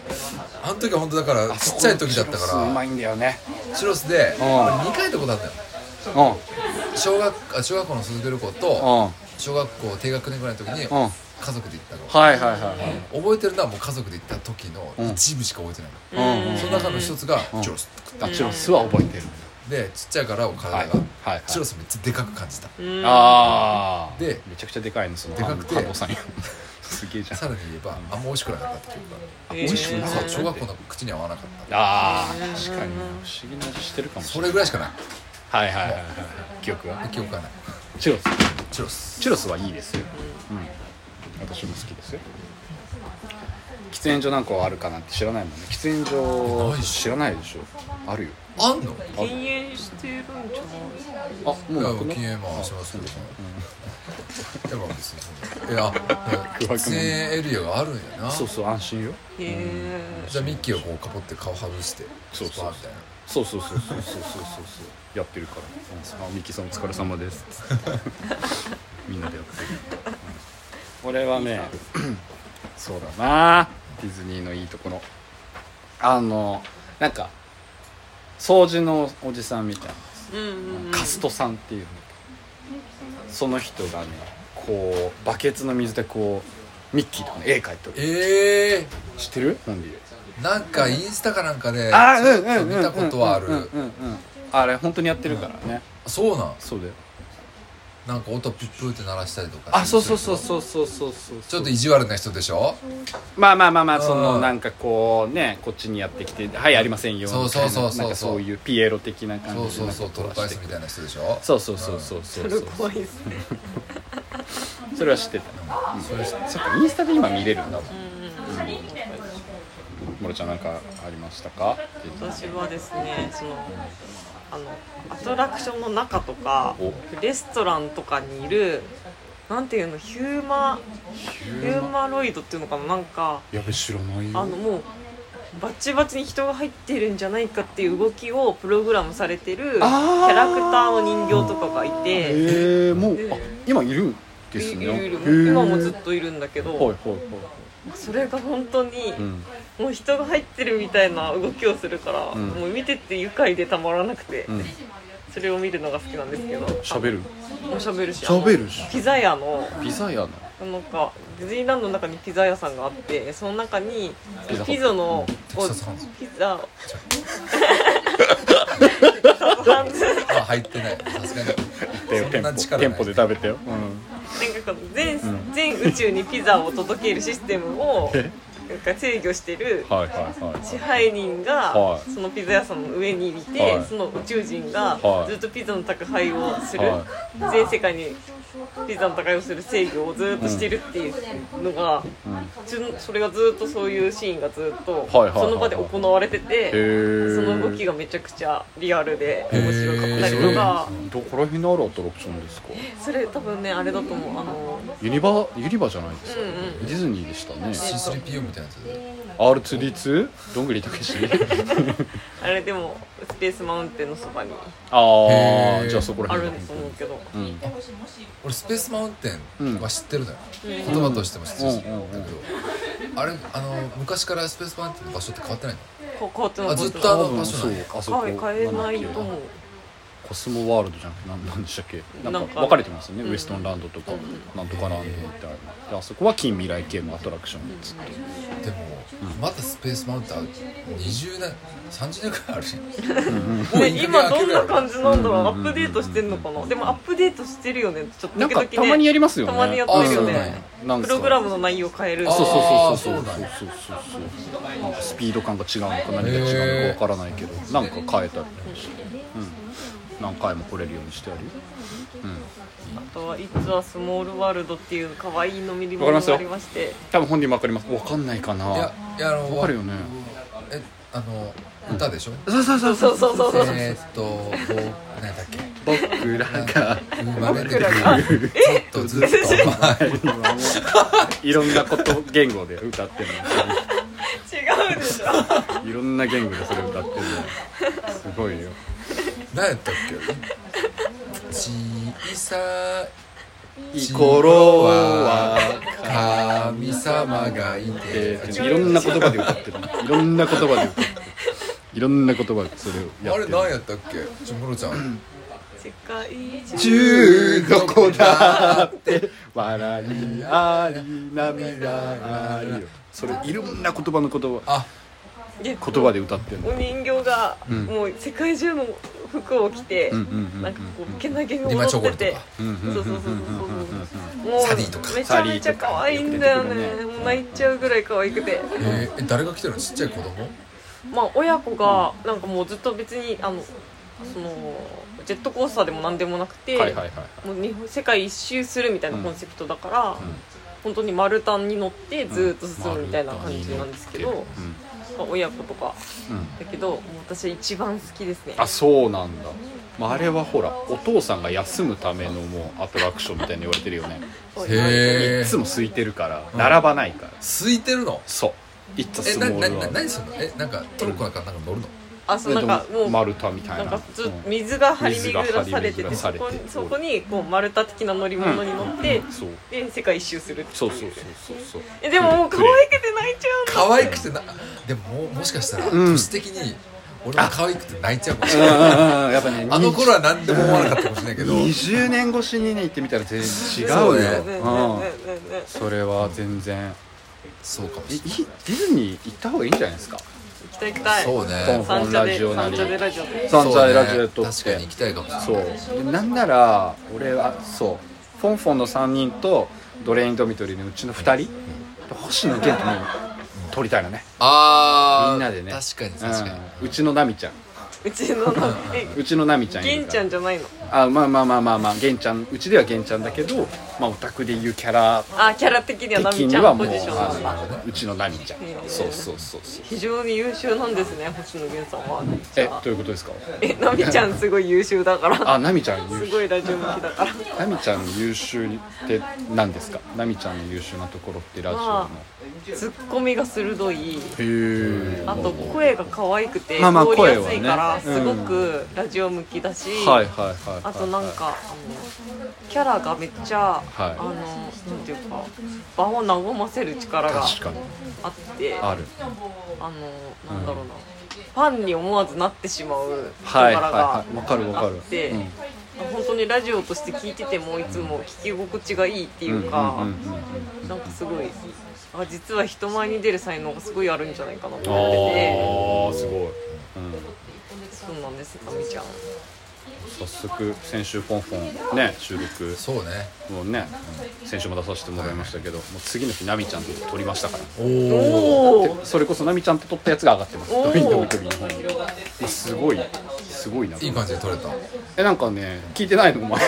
S4: あの時は本当だからちっちゃい時だった
S2: チュロスう
S4: か
S2: まいんだよね
S4: らチュロスで
S2: ん
S4: 2回とこだったよ
S2: うん
S4: 小学あ小学校の卒業旅行
S2: うんうん
S4: と小学校低学年ぐらいの時に
S2: はい
S4: 家族で行ったの
S2: はいは
S4: 覚えてるのはもう家族で行った時の一部しか覚えてない
S2: いはいうん
S4: のその中の一つがチュロス
S2: あチュロスは覚えてる
S4: でちっちゃいから
S2: はい
S4: 体
S2: はい
S4: が
S2: はい
S4: チュロスめっちゃでかく感じた
S1: うん
S2: ああ
S4: で
S2: めちゃくちゃでかいのその
S4: でかくて
S2: 加藤さんよすげえじゃん
S4: さらに言えばあんま美味しくなかったっていうか
S1: 美
S2: 味しくなかった
S4: 小学校の口には合わなかった
S2: ああ確かに不思議な味してるかもし
S4: そ
S2: れない
S4: れぐらいしかない
S2: はいはいはいはい記憶は
S4: 記憶がない
S2: チュロス
S4: チュロス
S2: チュロスはいいですようん私も好きですよ喫煙所何個あるかなんて知らないもんね喫煙所
S4: ないし
S2: 知らないでしょあるよ
S4: あんの
S1: 禁煙してるんじゃない
S2: あもうなく
S4: いや
S2: ね
S4: 禁煙もしますけどだから別にいや喫煙エリアがあるんやな
S2: そうそう安心よ
S1: へえ
S4: じゃあミッキーをこうかぼって顔外して
S2: そうそう
S4: スパーみたいな
S2: そうそうそうそうそうそうそうそうやってるから「あミキさんお疲れ様です」 みんなでやってるこれはねそうだなディズニーのいいところあのなんか掃除のおじさんみたい
S1: うんうんうん
S2: なカストさんっていうのその人がねこうバケツの水でこうミッキーとかの絵描いてる
S4: ええ
S2: 知ってるなんで
S4: ー、なんかインスタかなんかで
S2: ああ
S4: ち
S2: う
S4: ょ
S2: ん
S4: っ
S2: うんう
S4: と
S2: ん
S4: 見たことはある
S2: うんうんうんうんあれ本当にやってるからね
S4: そうなん
S2: そうだよ
S4: なんか音プップーって鳴らしたりとか
S2: あそうそうそうそうそうそうそう
S4: ちょっと意地悪な人でしょ
S2: まあまあまあまあその
S4: うん
S2: なんかこうねこっちにやってきて「はいありませんよ」みたい
S4: そ
S2: な
S4: うそうそうそう
S2: なんかそういうピエロ的な感じ
S4: そ
S2: で
S4: うそうそう
S2: なんか
S4: トロ
S2: こ
S4: パ
S2: し
S4: イ
S2: て
S4: ス
S2: く
S4: みたいな人でしょ
S2: そうそうそうそうそうそう
S1: 怖いですね
S2: それは知ってた
S4: それ
S2: そっかインスタで今見れるんだもんもろちゃんなんかありましたか
S1: 私はですねそのあのアトラクションの中とか
S2: お
S1: レストランとかにいるなんていうのヒューマ
S2: ヒ
S1: ヒューマロイドっていうのかななんか
S2: やべ知らないよ
S1: あのもうバチバチに人が入ってるんじゃないかっていう動きをプログラムされてるキャ
S2: あー
S1: ラクターの人形とかがいて。
S2: えー、もう
S1: で
S2: あ今いるんですね
S1: いるいる
S2: へー
S1: 今もずっといるんだけ
S2: はいはい
S1: ど
S2: はい
S1: それが本当に
S2: うん
S1: もう人が入ってるみたいな動きをするから、
S2: ん
S1: もう見てて愉快でたまらなくて、
S2: うん
S1: それを見るのが好きなんですけど
S2: 喋る
S1: もう喋るし
S2: 喋る
S1: し
S2: し
S1: ピザ屋の
S2: ピザ屋の
S1: なんかディズニーランドの中にピザ屋さんがあってその中に
S2: ピザ
S1: ピザの
S4: テキサスハンズ
S1: ピザをテキサスハンズ
S4: あ入ってないさすがに
S2: 店舗
S4: そんな力ない
S2: 店舗で食べたよ、うん
S1: なんかこの全,、全宇宙にピザを届けるシステムを
S2: え
S1: なんか制御してる
S2: はいはいはい
S1: 支配人が
S2: はい
S1: そのピザ屋さんの上にいて、
S2: はい
S1: その宇宙人が
S2: はい
S1: ずっとピザの宅配をする、
S2: は
S1: 全世界にピザの宅配をする制御をずっとしてるっていうのが、ちゅそれがずっとそういうシーンがずっと
S2: はいはいはい
S1: その場で行われてて、
S2: ー
S1: その動きがめちゃくちゃリアルで面白かったり
S4: へ
S1: と
S4: ー
S1: か、
S2: どこら辺のあるアトラクションですか
S1: それ多分ねあれだと思うあの
S2: ユニバユニバじゃないですか、
S1: うんうん
S2: ディズニーでしたね
S4: C3PO みたいなやつで
S2: R2D2 どんぐりた けし
S1: あれでもスペースマウンテンのそばに
S2: あ
S4: へ
S2: あ
S4: ー
S2: じゃあそこら
S1: あ
S2: 辺
S1: る
S2: だ
S1: んと思うけど。
S2: うん
S4: 俺スペースマウンテンは知ってるのよ、言葉としても知ってるんだけど、
S2: うんうんうん
S4: あれあの昔からスペースマウンテンの場所って変わってないの
S1: ここっての
S4: あ
S1: は
S4: ずっとあの場所
S2: そ
S4: な
S2: うん
S4: や
S2: あそこ
S1: はい変えないと思う
S2: コスモワールドじゃなくてなんなんでしたっけなん
S1: なん
S2: か
S1: か
S2: 分かれてますよね、ウエストンランドとか、なんとかランドってあるであそこは近未来系のアトラクションっつって
S4: でも、まだスペースマウンテンある20年30年くらいあるし
S1: ね今どんな感じなんだろうアップデートしてんのかなでもアップデートしてるよねちょっと
S2: なん
S1: 時々
S2: か
S1: ね
S2: たまにやりますよね
S1: たまにやってるよ
S4: あそうなん
S1: ね
S4: や
S2: なんか
S1: プログラムの内容変える
S4: あ
S2: そうそうそうそ
S4: あ
S2: う
S4: ーそうなんや
S2: そうそうそうそうなんかスピード感が違うのか何が違うのかわからないけどなんか変えたりとかして、うん、何回も来れるようにしてあるよ
S1: あとは「It's a Small World」っていう可愛い飲み物
S2: わかりますよ
S1: がありまして
S2: 多分本人も分かります分かんないかない
S4: やいやあの
S2: 分かるよね
S4: えあの歌でしょ、
S2: そうそうそう
S1: そうそうそうそう
S4: えー、っとぼ何だっけ
S2: 僕らが
S4: 生まれてからずっと ずっと
S2: 今もういろんなこと言語で歌ってる
S1: 違うでしょ
S2: のいろんな言語でそれ歌ってるのすごいよ
S4: 何やったっけ小さ
S2: い頃はい
S4: 神様がい
S2: え
S4: て
S2: ーいろんな言葉で歌ってるのいろんな言葉で歌ってるいろんな言葉でそれをや
S4: あ
S2: っ
S4: れ
S2: てる
S4: 何やったっけちむろちゃん
S1: 世界中
S2: 中どこだって笑いあり涙ありよそれいろんな言葉の言葉
S4: あ
S1: で
S2: 言葉で歌ってるの
S1: お人形が
S2: ん
S1: もう世界中の服を着て、
S2: うんうんうん
S1: なんかこうけなげに
S4: リマ
S1: 踊
S4: チョゴ
S1: っ
S4: ル
S1: て
S4: と
S1: て
S4: か
S1: そうそうそうそうそうも
S4: サリーとか
S1: うめちゃめちゃ可愛いんだよ
S2: サリーとか
S1: ねもう泣いちゃうぐらい可愛くて
S4: えーえ誰が来てるのちっちゃい子供
S1: まあ親子がなんかもうずっと別にあのそのジェットコースターでも何でもなくて、
S2: はいはいはいはい
S1: もう日本世界一周するみたいなコンセプトだから、本当に丸太に乗ってずっと進むみたいな感じなんですけど、
S2: うん
S1: まあ親子とか
S2: うん
S1: だけどもう私は一番好きですね
S2: あそうなんだ、まあ、あれはほらお父さんが休むためのもうアトラクションみたいに言われてるよねい
S4: へえ
S2: つも空いてるから並ばないから、
S4: 空いてるの
S2: そういつも
S4: え
S2: スモ
S4: な
S2: ー
S4: な
S2: ルワ
S4: な
S2: ール
S4: 何すんのえなんかトルコなんかなんか乗るの
S1: あそうなんかもう
S2: 丸太みたい
S1: な
S2: なん
S1: かずっと
S2: うん
S1: 水が張り巡らされて
S2: 水が張り巡
S1: て
S2: ら
S1: そ
S2: されて
S1: こにそこにこう丸太的な乗り物に乗って、
S2: そう
S1: で世界一周するっていう
S2: そうそうそうそうそう
S1: えでももう可愛くて泣いちゃうんだ
S4: 可愛くてなでももうもしかしたら
S2: ん
S4: 年的に俺も可愛くて泣いちゃうかもしれない
S2: うんやっぱね
S4: あの頃は何でも思わなかったかもしれないけど
S2: 20年越しにね行ってみたら全然違うよ
S4: そうね
S1: ねね
S2: うん
S1: ねねねね
S2: それは全然
S4: そうかも
S2: えい
S4: し
S2: ディズニー行った方がいいんじゃないですか
S1: 行きたい行きたい
S4: そうね
S1: 三茶で
S2: 本ラ
S1: 三
S2: ジオ
S1: 茶
S2: なり
S1: でラジオで
S2: サン
S4: そうね
S2: ラジオと
S4: 確かに行きたいかもしれない
S2: そうでなんなら俺はそうフォンフォンの3人とドレイン・ドミトリーのうちの2人、星野源とも撮りたいのね
S4: あー
S2: みんなでね
S4: 確かに確かに、
S2: うんうちのナミちゃん
S1: うちのなえ
S2: うちのナミちゃんいる
S1: 銀
S2: から
S1: ちゃんじゃないの
S2: あまあまあまあまあまあゲンちゃんうちではゲンちゃんだけどまあオタクでいうキャラ
S1: あキャラ的にはナ
S2: 的
S1: ミち
S2: に
S1: ゃ
S2: は
S1: ん
S2: も
S1: ポ
S2: う
S1: ジションなんだ
S2: あうちのナミちゃん
S1: へえ
S2: そうそうそうそう
S1: 非常に優秀なんですね星野源さんは
S2: えどういうことですか
S1: えナミちゃんすごい優秀だから
S2: あナミちゃん優
S1: す
S2: 秀
S1: ごいラジオ向きだから
S2: ナミちゃんの優秀って何ですかナミちゃんの優秀なところってラジオの
S1: まツッコミが鋭い
S2: へえ
S1: あと声が可愛くて
S2: まあまあ
S1: 通りやすいか
S2: 声は
S1: ら
S2: ね
S1: すごくラジオ向きだし
S2: はいはいはいはい
S1: あとなんかあのキャラがめっちゃ
S2: はい
S1: あのなんていうか場を和ませる力が
S2: 確かに
S1: あって
S2: ある
S1: あのなんだろうなファンに思わずなってしまう
S2: はい
S1: 力
S2: はい
S1: が
S2: はいわかるわか
S1: あっ
S2: る
S1: て
S2: うん
S1: 本当にラジオとして聞いててもいつも聞き心地がいいっていうか
S2: うんうんうんうん
S1: なんかすごいあ実は人前に出る才能がすごいあるんじゃないかなと思ってて
S2: ああすごい、うん、
S1: そうなんですかみちゃん
S2: 早速先週ポンポンね収録
S4: そうね
S2: もうね、先週も出させてもらいましたけど、もう次の日ナミちゃんと撮りましたから
S4: おお
S1: おお
S2: でそれこそナミちゃんと撮ったやつが上がってます
S1: おー
S2: ドビンドビンドビンの方に、まあすごいすごいない
S4: い感じで撮れ た
S2: えなんかね聞いてないのお前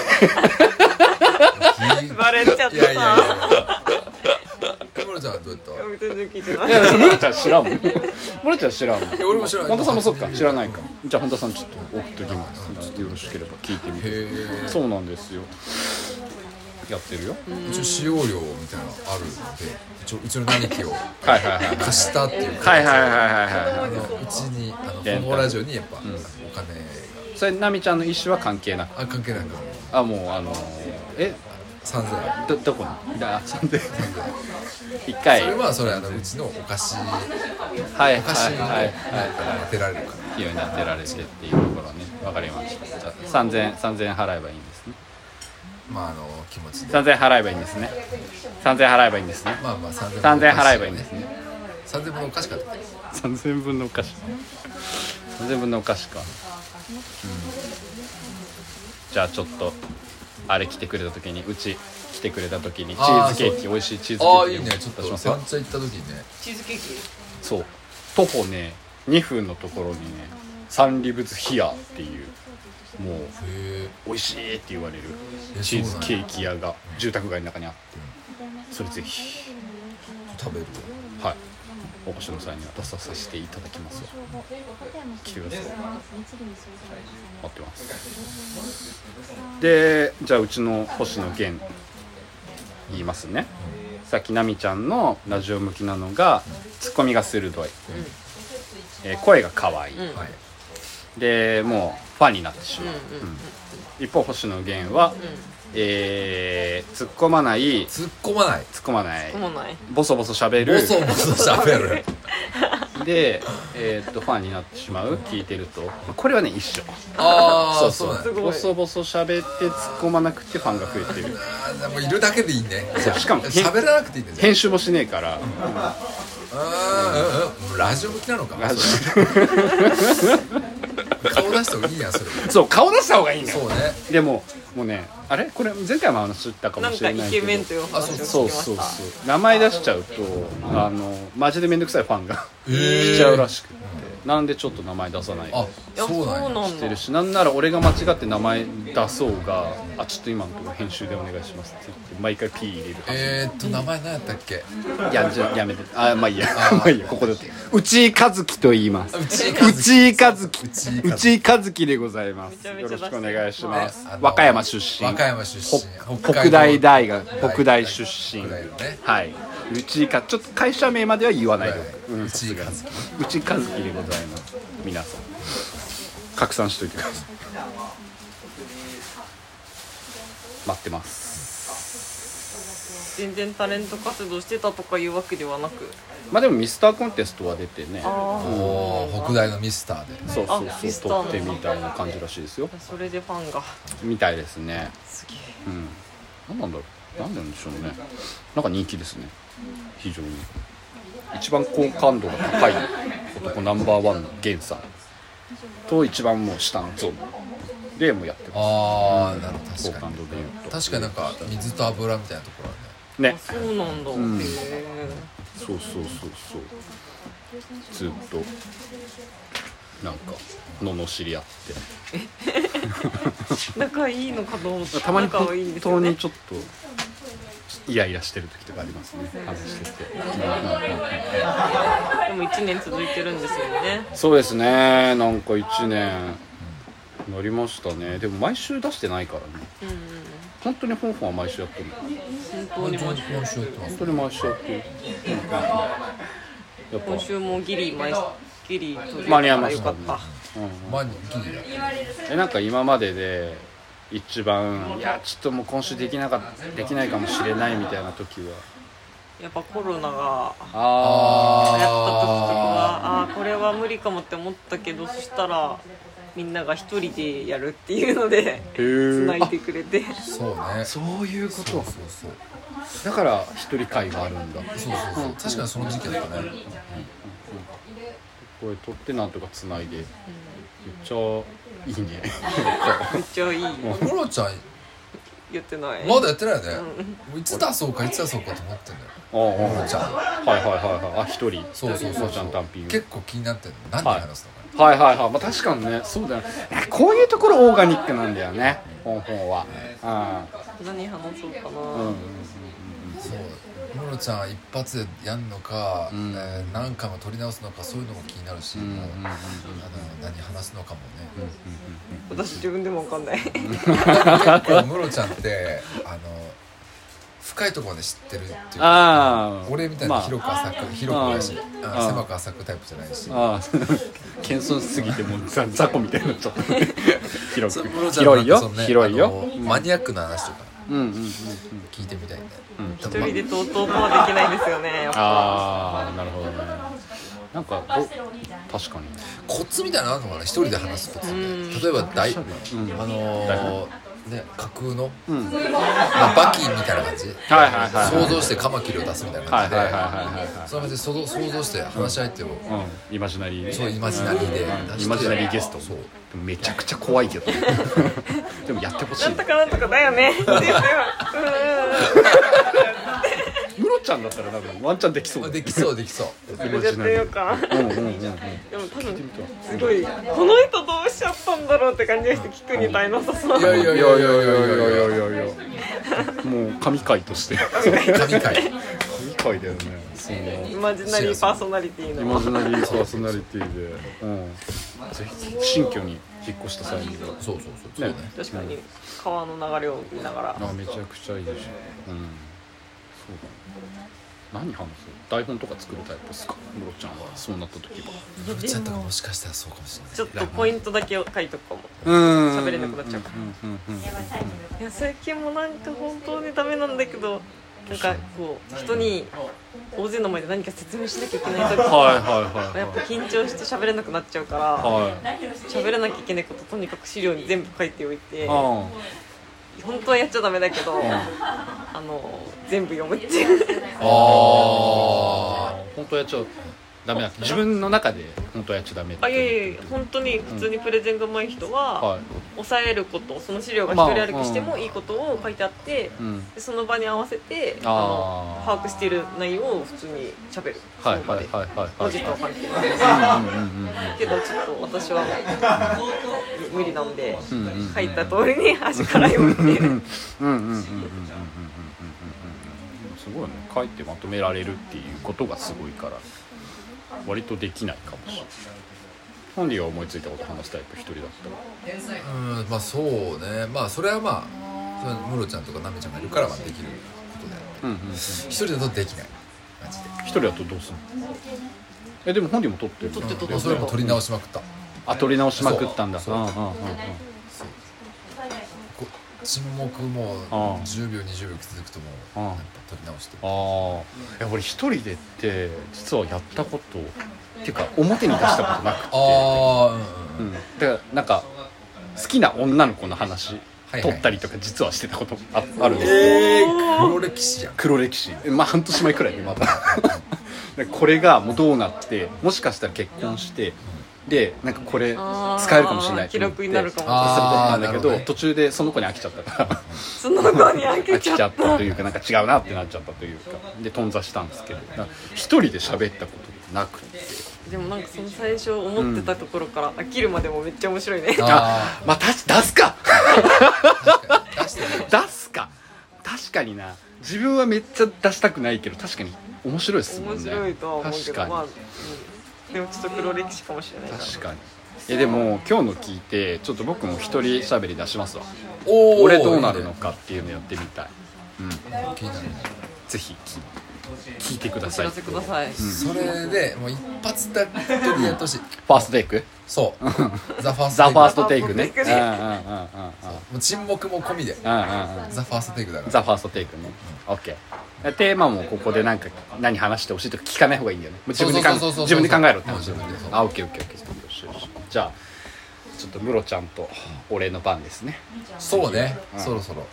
S4: いい
S1: バレちゃった
S4: いやいやいやえモロちゃんはどうやった
S1: 全然聞いてないい
S2: や ムロちゃん知らんもんムロちゃん知らんもん
S4: 俺も知らない
S2: 本田さんもそっか知らないかじゃあ本田さんちょっと送っときますちょっとよろしければ聞いてみて
S4: へ
S2: そうなんですよやってるよ
S4: え一応使用料みたいなのあるんで一応うちの兄貴を
S2: はいはいはい
S4: 貸したっていうか
S2: はいはいはいはいは
S4: あ
S2: い
S4: のうちにあ
S2: レンタル
S4: のこのラジオにやっぱお金が
S2: それナミちゃんの意思は関係なく
S4: あ関係ないから
S2: あもうあのーえ
S4: 3000円
S2: どどこにだそんで一回
S4: そ
S2: は
S4: れ
S2: い
S4: はそれあのうちのお菓子
S2: はい
S4: お菓子に
S2: はいはい
S4: 当てられるから
S2: 費用に当てられてっていうところねわかりましたじゃあ3000円3000円払えばいいんですね
S4: まああの気持ちで
S2: 3000円払えばいいんですね3000円払えばいいんですね
S4: まあまあ3000
S2: 3000円払えばいいんですね
S4: 3000円分のお菓子買ってきた
S2: 3000円分のお菓子3000円分のお菓子か、うん、じゃあちょっとあれ来てくれた時にうち来てくれた時にチーズケーキ美味しいチーズケ
S4: ああ
S2: ーキ
S4: いいねちょっ
S2: 出し
S4: と
S2: ますよ
S4: 三茶行った時にね
S1: チーズケーキ
S2: そう徒歩ね2分のところにねサンリブズヒアっていうもう
S4: へ
S2: 美味しいって言われる
S4: え
S2: チーズケーキ屋が住宅街の中にあってそれぜひ
S4: え食べる
S2: はいお越しの際には出させていただきますわ来てください待ってますでじゃあうちの星野源言いますねさっき奈美ちゃんのラジオ向きなのがツッコミが鋭い、えー声が可愛い、
S1: うん
S4: はい
S2: でもうファンになってし
S1: うん
S2: まう、
S1: うんうん
S2: 一方星野源は、えー、突っ込まない突
S4: 突っ込まない
S2: っ込まない
S1: でもない
S2: ボソボソ喋
S4: ボ
S2: る
S4: ソボソ喋る
S2: で、えーっとファンになってしまう聞いてるとこれはね一緒
S4: ああそうなん
S1: す
S4: だ
S1: ごい
S2: ボソボソ喋って突っ込まなくてファンが増えてる
S4: あーもういるだけでいいね
S2: そうしかも
S4: 喋らなくていいんだよ
S2: 編集もしねえから
S4: あーうんうんうんラジオ向きなのか
S2: ラジ
S4: 顔出してもいいやんそれも
S2: オそう顔出した方がいいの
S4: そう
S2: よ
S4: ね
S2: でももうねあれこれ前回も話したか
S1: な
S2: も
S1: ん
S2: し
S1: か
S2: れ
S1: イ
S2: ないけ
S1: ケ
S2: ど
S1: メンというお話を聞きました
S2: そうそうそう名前出しちゃうとあのマジで面倒くさいファンが
S4: え
S2: 来ちゃうらしくてなんでちょっと名前出さない
S4: あ
S1: いや
S4: そうなんや
S2: し
S1: だ
S2: てるしなんなら俺が間違って名前出そうが「あちょっと今のところ編集でお願いします」って言って毎回 P 入れる
S4: えーっと名前何やったっけ
S2: いやじゃあやめてあまあいいやまあいいや ここで内井和樹と言います
S4: 内井和樹
S2: 内井和樹
S4: 内井
S2: 内
S4: 和樹
S2: 井和樹でございます
S1: ちゃめ
S2: よ
S1: ちゃ出
S2: ろ
S1: し
S2: してくお
S1: る
S2: 願いします
S4: ねあの
S2: 和歌山出身
S4: 和歌山出身
S2: 北北大大学
S4: はい
S2: 北大出身
S4: 北大のね
S2: はい内井かちょっと会社名までは言わないで
S4: はい
S2: うん
S4: 内井和樹
S2: 内井和樹でございます皆さん拡散しといてください待ってます
S1: 全然タレント活動してたとかいうわけではなく
S2: まあでもミスターコンテストは出てね
S1: あ
S4: おー北大のミスターで
S2: そうそう
S1: あミス
S2: そ
S1: タ
S2: う
S1: ー
S2: 撮ってみたいな感じらしいですよ
S1: あそれでファンが
S2: みたいですね
S1: すげえ
S2: うん何なんだろう何なんでしょうねなんか人気ですね非常に一番好感度が高い男ナンバーワンのゲンさんと一番もう下のゾーンでもやってま
S4: ああなるほ
S2: す
S4: ど
S2: 好
S4: 確
S2: 感
S4: か
S2: 度でいう
S4: に
S2: と
S4: 確かになんか水と油みたいなところあるね
S2: ね
S1: そうなんだ、
S2: ん
S1: へえ
S2: そうそうそうそうずっとなんか罵り合って
S1: 仲いいのかと思った
S2: たまに
S1: 仲はいいん
S2: 本
S1: ですよ
S2: 当
S1: ね
S2: にちょっとイライラしてる時とかありますね話してて、うんうんうん
S1: でも1年続いてるんですよね
S2: そうですねなんか1年乗りましたねでも毎週出してないからね
S1: うんうん
S2: 本当に本本は毎週やってる
S1: 本当にもう
S4: 今週やってます
S2: 本当に毎週やってるやっぱ
S1: 今週もギリ毎ギリ取れ
S2: 間に合
S1: た
S2: い
S1: からよ
S2: ました
S1: か
S2: ね
S1: った
S2: うんうん
S4: 前にギリやってる
S2: えなんか今までで一番いやちょっともう今週できなかっできないかもしれないみたいな時は
S1: やっぱコロナがやった時
S2: あ
S1: とかはああーこれは無理かもって思ったけどそしたらみんなが一人でやるっていうので
S2: へー
S1: つないでくれて
S4: そうね
S2: そういうこ
S4: そう
S2: と
S4: そうそう
S2: だから一人会があるんだ
S4: そうそうそう確かにその時期だったね
S2: これ取ってなんとかつないでめっちゃいいね
S1: めっちゃいい
S4: コロちゃん
S1: やってない
S4: まだやってないよねもういつ出そうかいつ出そうかと思ってんだよ
S2: ああ
S4: コロちゃん
S2: はいはいはいはいあ一人
S4: そうそうそう
S2: ちゃん単品
S4: 結構気になってるの何で話すのかね
S2: はいはいはい、まあ、確かにねそうだよねなんかこういうところオーガニックなんだよね本本は
S1: 何話そうかな、
S2: うん、うん、
S4: そうムロちゃんは一発でやんのか、
S2: ん
S4: えー何回も撮り直すのかそういうのも気になるし、
S2: ん
S4: もう
S2: うんうんうん
S4: あの何話すのかもね、
S1: 私自分でも分か んない
S4: 結構ムロちゃんってあの深いところまで知ってるっていうか
S2: ああ
S4: 俺みたい
S2: ま
S4: に
S2: あ
S4: 広く浅く、広くだし、
S2: あ
S4: あ狭く浅くタイプじゃないし
S2: ああ 謙遜しすぎてもうざ雑魚みたいになっちゃった 広
S4: そう
S2: く
S4: ムロちゃん
S2: 広い
S4: なん
S2: よ
S4: かそのね
S2: 広い
S4: あ
S2: よ
S4: のマニアックな話とか
S2: うんうんうん
S4: 聞いてみたいんだよ、
S1: 一人でとうとうとはできないですよねやっぱ
S2: ああなるほどねなんかど確かに
S4: コツみたいなのあるのかな一人で話すコツみたいな例えば大、あのー、ね架空の、
S2: ん
S4: まあ、バキみたいな感じ
S2: はいはいはいはい
S4: 想像してカマキリを出すみたいな感じで、
S2: はいはいはいはいはい
S4: その感じで想像想像して話し相手を、
S2: うんイマジナリーね
S4: そうイマジナリーで出して
S2: イマジナリーゲスト
S4: そ
S2: で
S4: う
S2: もめちゃくちゃ怖い けどでもやってほしい
S1: なんとかなんとかだよねって言ってう
S2: ムロちゃんだったら多分ワンチャンできそうだ
S4: あ
S2: よ
S4: できそうできそう
S1: ー
S2: イマ
S1: んやっ
S2: ジ
S1: て
S2: ナ
S1: み
S2: リ
S1: よ
S2: ー
S1: うか
S2: うんうんうんうん
S1: でも多分すごいこの人どうしちゃったんだろうって感じがして聞くに耐えなさそう
S4: いやいやいやいやいやいやいや
S2: いやいやもう神回として
S4: 神
S2: 神
S4: 回
S2: 回だよねそ
S1: イ
S2: の
S1: マジナリーパーソナリティ
S2: イマ
S1: の
S2: ジナリーパーソナリティでうんぜひ新居に引っ越した際には
S4: そうそうそうそうね
S2: ね
S1: 確かに川の流れを見ながら
S2: あめちゃくちゃいいでしょうんそうだね何話す台本とか作るタイプですかムロちゃんはそうなった時は
S4: ムロちゃんとかもしかしたらそうかもしれない
S1: ちょっとポイントだけを書いとくかも
S2: うん
S1: 喋れなくなっちゃうから
S2: うんうんうん
S1: いや最近もなんか本当にダメなんだけどなんかこう人に大勢の前で何か説明しなきゃいけない時
S2: はいはいはい
S1: やっぱ緊張して喋れなくなっちゃうから
S2: はい
S1: 喋らなきゃいけないこととにかく資料に全部書いておいて
S2: は
S1: 本当はやっちゃダメだけどあの全部読むっていう
S4: あ
S2: あ本当やっちゃダメだ自分の中で本当やっちゃダメっ て
S1: あいやいやいや本当に普通にプレゼンが上手い人は
S2: はい
S1: 抑えることその資料が一人歩きしてもいいことを書いてあって
S2: うん
S1: でその場に合わせてあ
S2: あ
S1: の
S2: ー
S1: 把握している内容を普通に喋るそ
S2: はい
S1: の場
S2: はい
S1: で
S2: はいはい
S1: 文
S2: は
S1: 字
S2: い
S1: とは関係ない
S2: うんうんうん
S1: けどちょっと私は無理なんで
S2: んうんうん
S1: 書いた通りに端から読むっていう
S2: うんうんうんうんうんうんうんうんうんうんすごいね書いてまとめられるっていうことがすごいから割とできないかもしれないハンディが思いついたこと話すタイプ一人だったら
S4: うんまあそうねまあそれはまあそれはムロちゃんとかナメちゃんがいるからまあできることであって
S2: うんうんうん
S4: 一人だとできないマジで
S2: 一人だとどうするのえでも本人も撮ってる
S1: 撮って撮って
S4: もうそれも撮り直しまくった
S2: あ撮り直しまくったんだ
S4: そう
S2: うんうんうんうん
S4: こ沈黙も
S2: ああ
S4: 10秒20秒続くともう
S2: ああ
S4: やっぱ撮り直して
S2: ああ俺一人でって実はやったことっていうか表に出したことなくて
S4: ああ
S2: うん、だからなんか好きな女の子の話
S4: はいはい
S2: 撮ったりとか実はしてたことああるんですよ
S4: ええ黒歴史やん
S2: 黒歴史まあ半年前くらいで またでこれがもうどうなってもしかしたら結婚してでなんかこれ
S1: あー
S2: 使えるかもしれないと思って
S1: 記録になるかも
S4: あー
S2: そうなんだけ
S4: なるほ
S2: ど
S4: どね
S2: 途中でその子に飽きちゃったから
S1: その後に開け
S2: 飽
S1: ち
S2: き
S1: ゃっ
S2: ちゃ
S1: た
S2: ったというかなんか違うなってなっちゃったというかで頓挫したんですけどなんか一人で喋ったことってなくて
S1: でもなんかその最初思ってたところから飽きるまでもめっちゃ面白いね
S4: あ
S2: まあたし出すか
S4: あ出してね
S2: 出すか確かにな自分はめっちゃ出したくないけど確かに面白いですもんね
S1: 面白いとは思うけ
S2: 確
S1: ど
S2: かに、
S1: まあ、うん、でもちょっと黒歴史かもしれないから
S2: 確かにえでも今日の聞いてちょっと僕も一人しゃべり出しますわ
S4: おー
S2: 俺どうなるのかっていうのやってみたいうん
S4: 気になるね
S2: ぜひ聞聞いてくだ
S1: お知
S2: さい
S1: らせください、
S4: それでもう一発だけでやってほしい
S2: ファーストテイク
S4: そうザ・ファースト
S2: ザ・
S4: テイ
S2: ファース
S4: ク
S2: トテイクね
S1: ザ
S2: うん
S1: ファ
S2: うんうんうん
S4: もう沈黙も込みで
S2: うんうんうん
S4: ザ・ファーストテイクだから
S2: ザ・ファーストテイクね OK テーマもここでなんか何話してほしいとか聞かない方がいいんだよねもう自分で考え
S4: そうそうそうそう
S2: 自分で考えろって
S4: うん
S2: 話だよね
S4: 自分で
S2: あ OKOKOK よしよしじゃあちょっとムロちゃんと俺の番ですね
S4: そうね
S2: うん
S4: そろそろ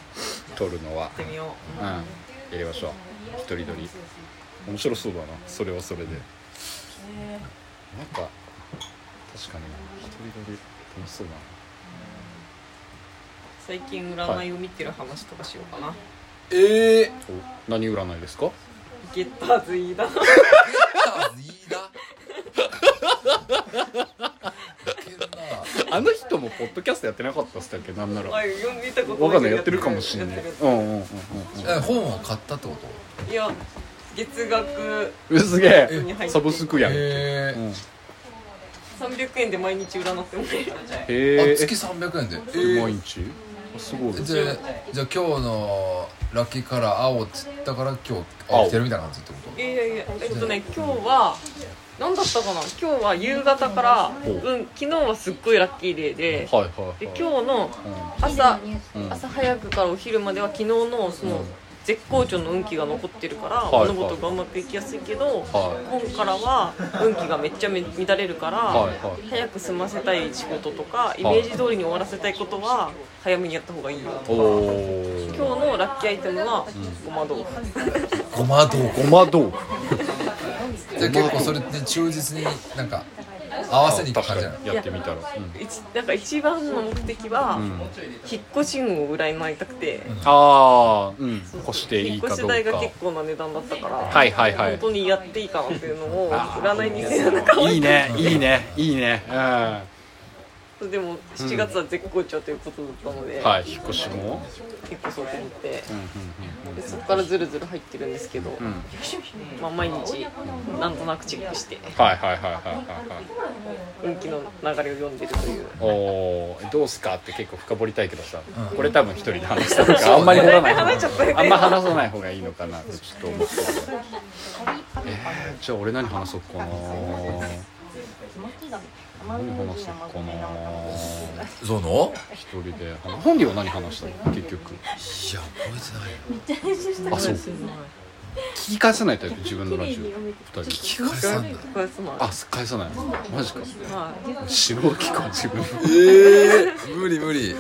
S2: 撮るのは
S1: やってみよ
S2: うんやりましょう一人撮り面白そうだなそれはそれでなんか確かに一人撮り楽しそうだな
S1: う最近占いを見てる話とかしようかな、
S4: ええ
S2: お何占いですか
S1: ゲッターズ飯田
S4: いいな いけるな
S2: あの人もポッドキャストやってなかったっすっけなんなら
S1: あ読んでたこと
S2: わかんないやってるかもしれない
S1: やってる
S2: うんうんうんうん
S4: え本を買ったってこと
S1: いや月額
S2: うんすげ
S1: に入って
S2: え
S1: る
S2: サブスクやんけ、
S4: え
S2: うん、へ
S1: 300円で毎日占っても らえる
S4: え
S2: え
S4: あ月300円で
S2: 毎日あすごい
S4: じゃあじゃあ今日のラッキーカラー青っつったから今日
S2: 青
S4: あ来てるみたいな感じってこと
S1: いやいやいやえっとね今日は何だったかな今日は夕方から、
S2: ほう
S1: うん、昨日はすっごいラッキーデーで
S2: はいはい
S1: で
S2: はい
S1: 今日の朝朝早くからお昼までは昨日のその絶好調の運気が残ってるから
S2: はい
S1: 物事がうまくいきやすいけど
S2: はい
S1: 今からは運気がめっちゃめ乱れるか
S2: は
S1: ら
S2: いはい
S1: 早く済ませたい仕事とかイメージ通りに終わらせたいことは早めにやった方がいいよ
S2: お
S1: 今
S2: お
S1: 日のラッキーアイテムはごま豆腐
S4: ごま豆腐
S2: ごま豆腐
S4: じゃあ結構それって忠実になんか合わせにいく感じなの
S2: 確かにやってみたら、うん
S1: 一なんか一番の目的は引っ越し運を占いたくて
S2: ああうん越してい
S1: 引
S2: い
S1: っ
S2: か
S1: 越
S2: ど
S1: し
S2: う
S1: 代が
S2: か
S1: 結構な値段だったから
S2: はいはいはい
S1: 本当にやっていいかなっていうのを
S2: あー
S1: 占いにせなかった
S2: いいねいいねいいねうんは
S1: でも7月は絶好調ということだったので、
S2: い引っ越しも
S1: 結構そうと思って
S2: うんうん
S1: でそこからずるずる入ってるんですけど、
S2: うんうん
S1: まあ、毎日なんとなくチェックして
S2: はいはいはいはいはいはい
S1: 運気の流れを読んでるという
S2: おーどうすかって結構深掘りたいけどさ、
S4: うん
S2: これ多分一人で話したのかあんまり掘らない方が
S1: 話しちゃったよね
S2: あんま話さない方がいいのかなってちょっと思ってえー、じゃあ俺何話そうかな何話そうかな
S4: そうの
S2: 一人で話本人は何話したの結局
S4: いや覚え
S2: あそう聞き返さないタイプ自分のラジオ二人
S4: てない聞き返さんだ
S1: これつまり
S2: あ返さないマジか
S1: はい
S2: 死ぬ気か自分
S4: ええ無理無理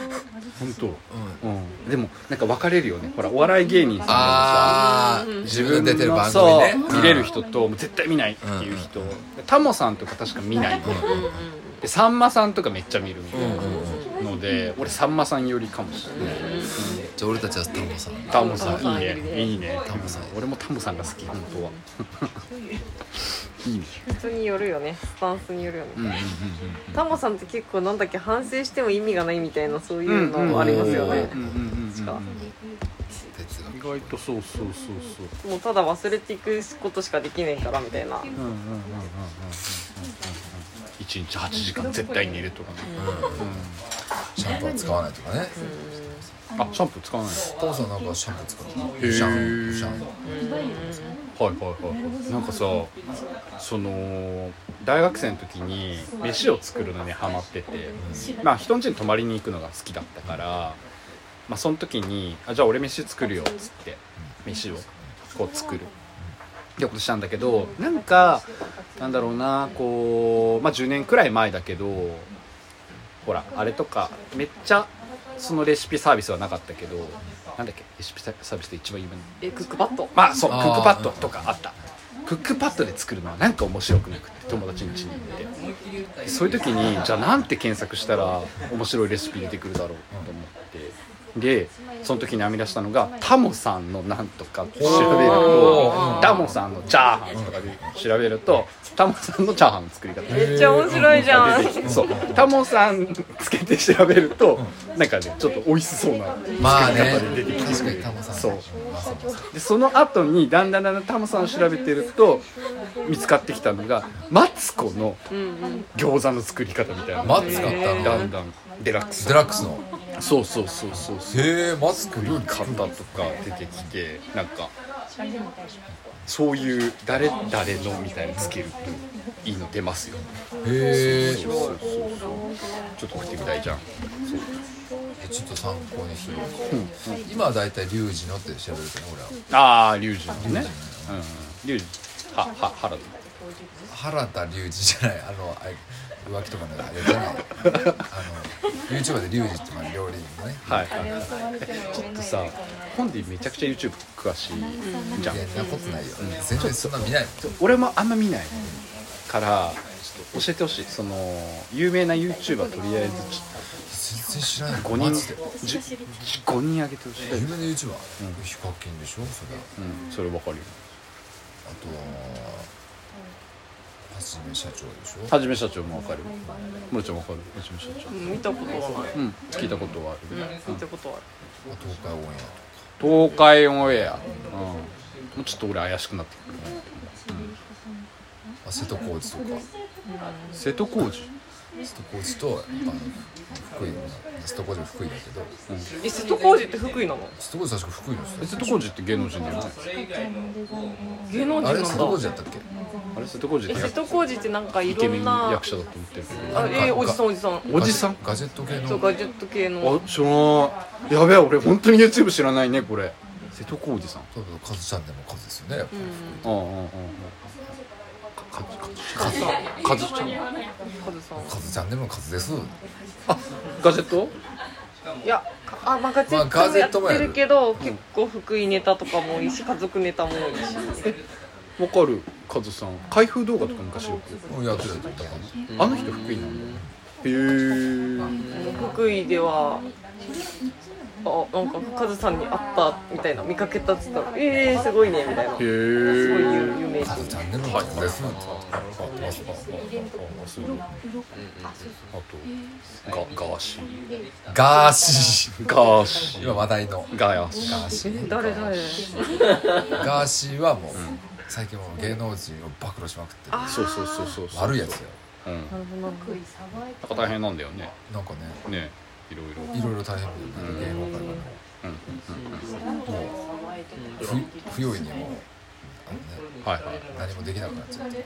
S2: 本当うん、でもなんか分かれるよねほらお笑い芸人さんでもさ
S4: ああ自分で出てる番組ね
S2: そう見れる人ともう絶対見ないっていう人、タモさんとか確か見ない、でさんまさんとかめっちゃ見るみたいなので、俺さんまさん寄りかもしれない、
S4: じゃあ俺たちはタモさん
S2: タモさん
S1: タモさん
S2: いいねいいね
S4: タモさん
S2: 俺もタモさんが好き本当はいいね
S1: 人によるよねスタンスによるよね、
S2: うんうんうん
S1: タモさんって結構なんだっけ反省しても意味がないみたいなそういうのもありますよね、
S2: うんうんうんうん
S1: 確か
S4: 哲学
S2: 意外とそうそうそうそう
S1: もうただ忘れていくことしかできないからみたいな
S2: うんうんうんうんうんうんうんうんうん1日8時間絶対寝るとかね、
S4: シャンプーは使わないとかね
S2: あシャンプー使わないの
S4: タモさんなんかシャンプー使って
S2: へー
S4: るシャンシャン
S2: はいはいはいなんかさその大学生の時に飯を作るのにハマっててまあ人ん家に泊まりに行くのが好きだったからまあその時にあ「じゃあ俺飯作るよ」っつって飯をこう作るってことしたんだけどなんかなんだろうなこうまあ10年くらい前だけどほらあれとかめっちゃそのレシピサービスはなかったけどなんだっけレシピサービスで一番有名な
S1: えクックパッド
S2: まあそうク
S4: あー
S2: ックパッドとかあったクックパッドで作るのはなんか面白くなくて友達の家に行ってでそういう時にじゃあなんて検索したら面白いレシピ出てくるだろうと思ってでその時に編み出したのがタモさんのなんとかって調べると
S4: おー
S2: タモさんのチャーハンとかで調べるとタモさんのチャーハンの作り方
S1: めっちゃ面白いじゃん
S2: 出てきてそうタモさんつけて調べるとなんかねちょっと美味しそうな
S4: まあね
S2: 作り方で出てきて
S4: 確かにタモさん
S2: そう
S4: まあそう
S2: でその後にだんだんだんだんタモさんを調べてると見つかってきたのがマツコの餃子の作り方みたいな
S4: マツコあったの
S2: だんだんデラックス
S4: デラックスの
S2: そうそうそうそうそう
S4: へえマツコ料理
S2: 方とか出てきてなんかそういう誰々のみたいにつけるといいの出ますよ
S4: へえ
S2: そうそうそうちょっと食ってみたいじゃん
S4: ちょっと参考にする、今は大体リュウジのって調べるけど俺は
S2: ああ龍二のねうん龍二はは原田
S4: 原田龍二じゃないあのあれ浮気とかのあれじゃないあの YouTuber で龍二ってまあ料理人のね
S2: はいはいはいちょっとさ本でめちゃくちゃ YouTube 詳しいじゃん
S4: いやそんなことないよ、全然そんな見ないもん
S2: 俺もあんま見ないからちょっと教えてほしいその有名な YouTuber とりあえずち
S4: 全然知らない
S2: ょ5
S4: マ
S2: 人
S4: ジで
S2: 5人あげてほしい、
S4: 有名な YouTuber、ヒカキンでしょそれは
S2: うん、それわかるよ
S4: あとははじめ社長でしょ
S2: はじめ社長もわかるもろちゃんわかるはじめ社長
S1: うん見たことはない
S2: うん聞いたことはある、
S1: 聞いたことはある
S4: 東海オンエアとか
S2: 東海オンエア、うん、もうちょっと俺怪しくなってくる
S4: あ瀬戸康史とか
S2: 瀬戸康史
S4: 瀬戸康史とあの福井の瀬戸康史は福井だけど
S1: え瀬戸康史って福井なの
S4: 瀬戸康史確か福井の人だ
S2: え
S4: よ
S2: 瀬戸康史って芸能人だよね
S1: 芸能人
S4: あ
S1: な
S4: れ瀬戸
S1: ん
S4: 康史
S1: だ
S4: だったっけ
S2: あれ瀬戸康史
S1: え
S2: って
S1: 瀬
S2: や
S1: 戸康史ってなんかい
S2: イケ
S1: ろ
S2: メン
S1: んな
S2: 役者だと思ってるけど
S1: あえーおじさんおじさん
S2: おじさん
S4: ガジェット系
S1: そう
S4: の
S1: ガジェット系の
S2: あ知らないやべえ俺本当に YouTube 知らないねこれ瀬戸康史さん
S4: そうそうカズちゃんでもカズですよねやっぱり
S2: うんうんうんうんかかずかずちゃ
S1: カズさ
S2: ん
S1: ん
S4: カズちゃんでもカズです
S2: ガジェット
S1: いやかあまあガジ
S4: まあ
S1: ェ
S4: ガジェ
S1: ッ
S4: ッ
S1: ト
S4: ト
S1: も
S4: も
S1: や
S4: や
S1: っ
S4: る
S1: てるけど、結構福井ネタとかも多いし家族ネタも多いし
S2: わかるカズさん開封動画とか昔よく
S4: やってたよだから
S2: あの人福井なんだへえ
S1: 福井ではあなんかカズさんに会ったみたいな見かけたっつったら「ええー、すごいね」みたいなす
S2: へ
S1: ごい
S2: え
S1: 有有名人
S4: カズちゃんでもカズですってあマジか
S2: あとガガーシー
S4: ガーシー
S2: ガーシ
S4: 今話題の
S2: ガヤシ
S4: ガーシーね
S1: 誰誰
S4: ガーシーはもう最近もう芸能人を暴露しまくってる
S2: そうそうそうそうそう
S4: 悪いやつよ
S2: うんなんか大変なんだよね
S4: なんかね
S2: ねいろいろ
S4: いろいろ大変だよね芸能界はねもうふ不用意にもあのね
S2: はい はい
S4: 何もできなくなっちゃって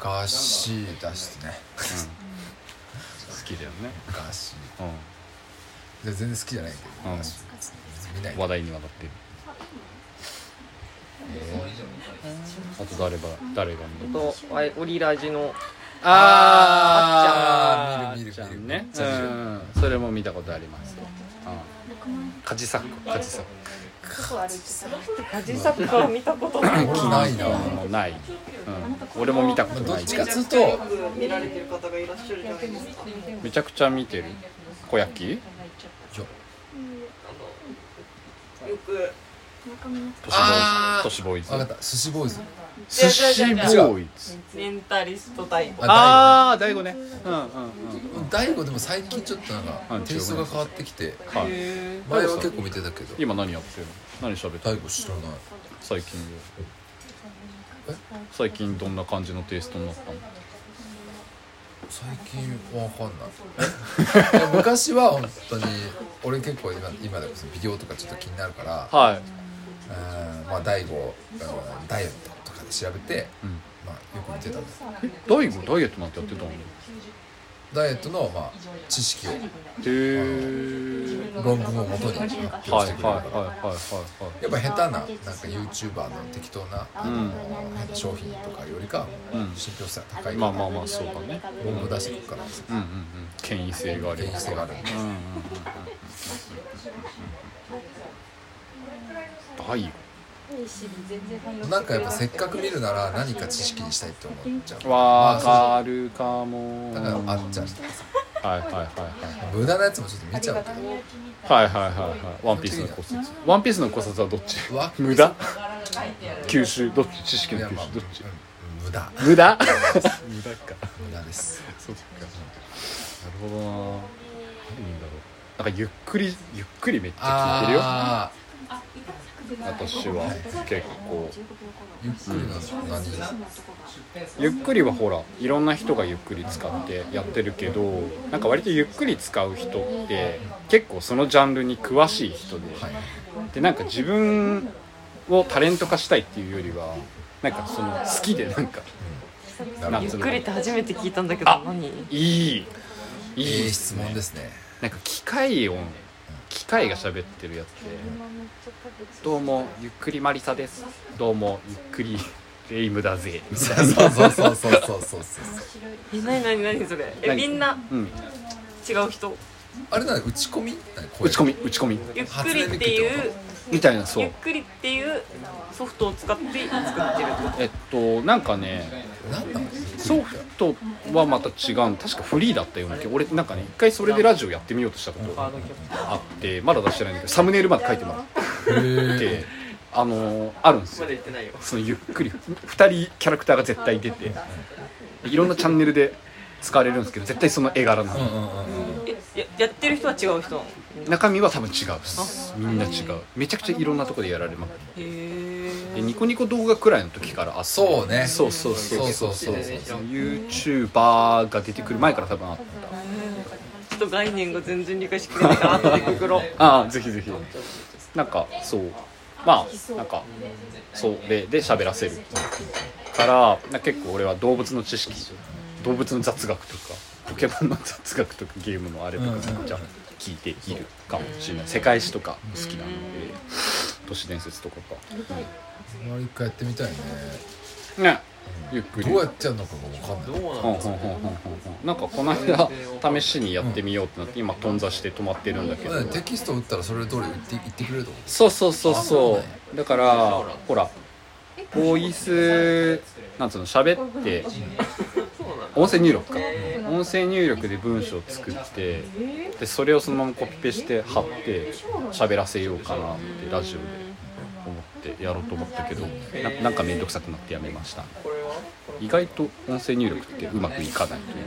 S4: ガーシー出してね
S2: 好きだよね
S4: ガーシー
S2: う
S4: で全然好きじゃないけど、
S2: うん
S4: ガーシー見ない
S2: ん話題にはなってるあと誰が誰が見る
S1: とあいオリラジの
S4: あ
S2: ー
S4: ー見る見る
S2: あっちゃん
S4: 見る
S2: ねうんそれも見たことありますうんカジサックカジサッ
S1: カジサッカー見たことない
S4: 俺ないな
S2: クもうないうん俺も見たこと
S4: ど
S2: な
S4: っ
S2: い
S4: ちかっつうと
S1: 見られてる方がいらっしゃるじゃないですか
S2: めちゃくちゃ見てる小焼き
S1: よく
S2: トシボーイズトシボーイズ
S4: 分かった寿司ボーイズ
S2: 寿司ボーイズ
S1: メンタリストタイプ
S2: ああ大悟ねうんうんうん
S4: あ大悟でも最近ちょっとなん
S2: う
S4: か
S2: ん
S4: テイストが変わってきて
S2: はい
S4: 前は結構見てたけど
S2: 今何やってるの何喋ってる
S4: 大悟知らない
S2: 最近で最近どんな感じのテイストになったの
S4: 最近わかん ないいや昔は本当に俺結構今今でこそビデオとかちょっと気になるから
S2: はい
S4: うんまあ大悟うんダイエットとかで調べて、
S2: ん
S4: まあ、よく見てたんだ
S2: 大悟ダイエットなんてやってたのへ
S4: ダイエットの、まあ、知識を
S2: え
S4: 論文をもとに発表
S2: は
S4: し
S2: いはいはい
S4: てくれるから、
S2: はいはいはい
S4: やっぱ下手ななんか YouTuber の適当な、あの変な商品とかよりかは
S2: うん
S4: 信憑性は高い、
S2: まあまあまあそうだね
S4: 論文出してくるから
S2: うんうんうん権威性がある
S4: 現実性がある
S2: うんうんうんうん大悟
S4: なんかやっぱせっかく見るなら何か知識にしたいって思っちゃう
S2: わかるかも
S4: だからあっちゃんとかさ
S2: はいはいはい
S4: 無駄なやつもちょっと見ちゃうけど
S2: はいはいはいはいはいワンピースの骨折ワンピースの骨折はどっち
S4: ワンピース
S2: 無駄吸収どっち知識の吸収どっち
S4: 無駄
S2: 無駄無駄か
S4: 無駄です
S2: そっかなるほどな何だろうなんかゆっくりゆっくりめっちゃ聞いてるよ
S4: あ
S2: 私は結構
S4: ーゆっくりな何
S2: ゆっくりはほらいろんな人がゆっくり使ってやってるけどなんか割とゆっくり使う人って結構そのジャンルに詳しい人で、
S4: はい
S2: でなんか自分をタレント化したいっていうよりはなんかその好きでなんか
S4: な
S2: なん
S1: ゆ
S4: る
S1: っ
S2: つう
S1: く
S2: の
S1: りって初めて聞いたんだけど
S2: あ
S1: 何
S2: いいいい
S4: いい
S2: です
S4: 質
S2: ね
S4: 問で すね
S2: なんか機械音機械が喋ってるやつで「どうもゆっくりマリサです」「どうもゆっくりレイムだぜ」みたい
S4: そうそうそうそうそうそうそう
S1: え何何何それえ
S2: な
S1: みんな
S2: うん、
S1: 違う人
S4: あれなんだ打ち込み何
S2: 打ち込み打ち込み
S1: ゆっくりっていう
S2: みたいなそ
S1: ゆっ
S2: う
S1: くりっていうソフトを使って作ってるってこ
S2: えっとなんかね
S4: 何なの
S2: ソフトはまた違う確かフリーだったような気俺なんかね一回それでラジオやってみようとしたことがあってまだ出してないんだけどサムネイルまで書いてもらってあのあるんですよ
S3: 言ってないよ
S2: そのゆっくり2人キャラクターが絶対出ていろんなチャンネルで使われるんですけど絶対その絵柄な
S4: うん
S2: の
S4: うんうんうん
S1: とえややってる人は違う人なの
S2: 中身は多分違うっすみんな違うめちゃくちゃいろんなとこでやられまくって
S1: へ
S2: で
S1: ー
S2: ニコニコ動画くらいの時からあって
S4: そうね
S2: そうそうそう
S4: そうそうそう
S2: その YouTuber が出てくる前から多分あった
S1: ちょっと概念が全然理解してくれないから後でググろう
S2: ああぜひぜひなんかそうまあなんかそうでで喋らせるからなんか結構俺は動物の知識動物の雑学とかポケモンの雑学とかゲームのあれとか
S4: うん
S2: めっちゃ聞いているかもしれない世界史とかも好きなので都市伝説とか
S4: もう一回やってみたいね
S2: かねゆっくり
S4: どうやってやるのかが分かんない
S3: どう
S2: うん
S3: な
S2: うんうんうん
S3: ん
S2: うんなんかこの間試しにやってみようってなって今頓挫して止まってるんだけど
S4: だからテキスト打ったらそれ通り言って言ってくれると思
S2: そうそうそうそ
S4: あそうなん
S2: うだからほらボイスなんつうの喋って音声入力か音声入力で文章を作ってでそれをそのままコピペして貼って喋らせようかなってラジオで思ってやろうと思ったけどななんか面倒くさくなってやめました意外と音声入力ってうまくいかないという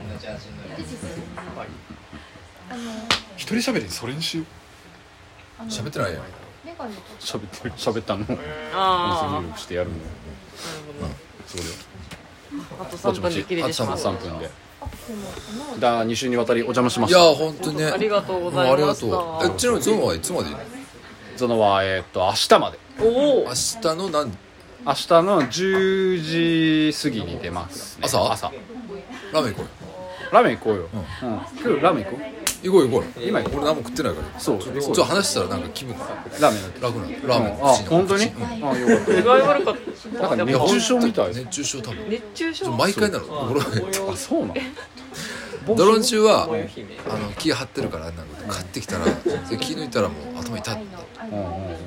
S2: 一人喋りにそれにしよう
S4: う喋ってないやん
S2: 喋ってる喋ったのを音声
S1: あ
S2: 入力してやるのをそれを
S1: ああと3分で切れてしま
S4: あ
S1: う
S2: 3分でだ2週にわたりお邪魔しま
S4: い
S2: した
S4: やー本当にね
S1: ありがとうござい
S4: もあり
S1: ま
S4: が
S1: した
S4: とうえちなみにゾノはいつまでいるの
S2: ゾノはえーっと明日まで
S1: おお
S4: 明日の何
S2: 明日の10時過ぎに出ます、ね、
S4: 朝ラーメン行こ
S2: ラーメン行こうよ、うん今日ラーメン行こ
S4: うよ行こう行こう
S2: 今行こ
S4: 俺何も食ってないから
S2: うそう
S4: ちょっと話したらなんか気分が
S2: うラーメンだって
S4: 楽なのラーメン
S2: あ
S4: 口に
S2: 本当に、あよか
S1: 具
S2: っ
S1: 合悪かった
S2: たなんか
S4: いや
S2: 熱中症みたい
S4: 熱中症多分
S1: 熱中症
S4: 毎回なの俺
S2: あそうなの
S4: ドローン中はあの気張ってるからなんか買って きたらそれ気抜いたらもう頭痛いんだって
S2: うんうんうん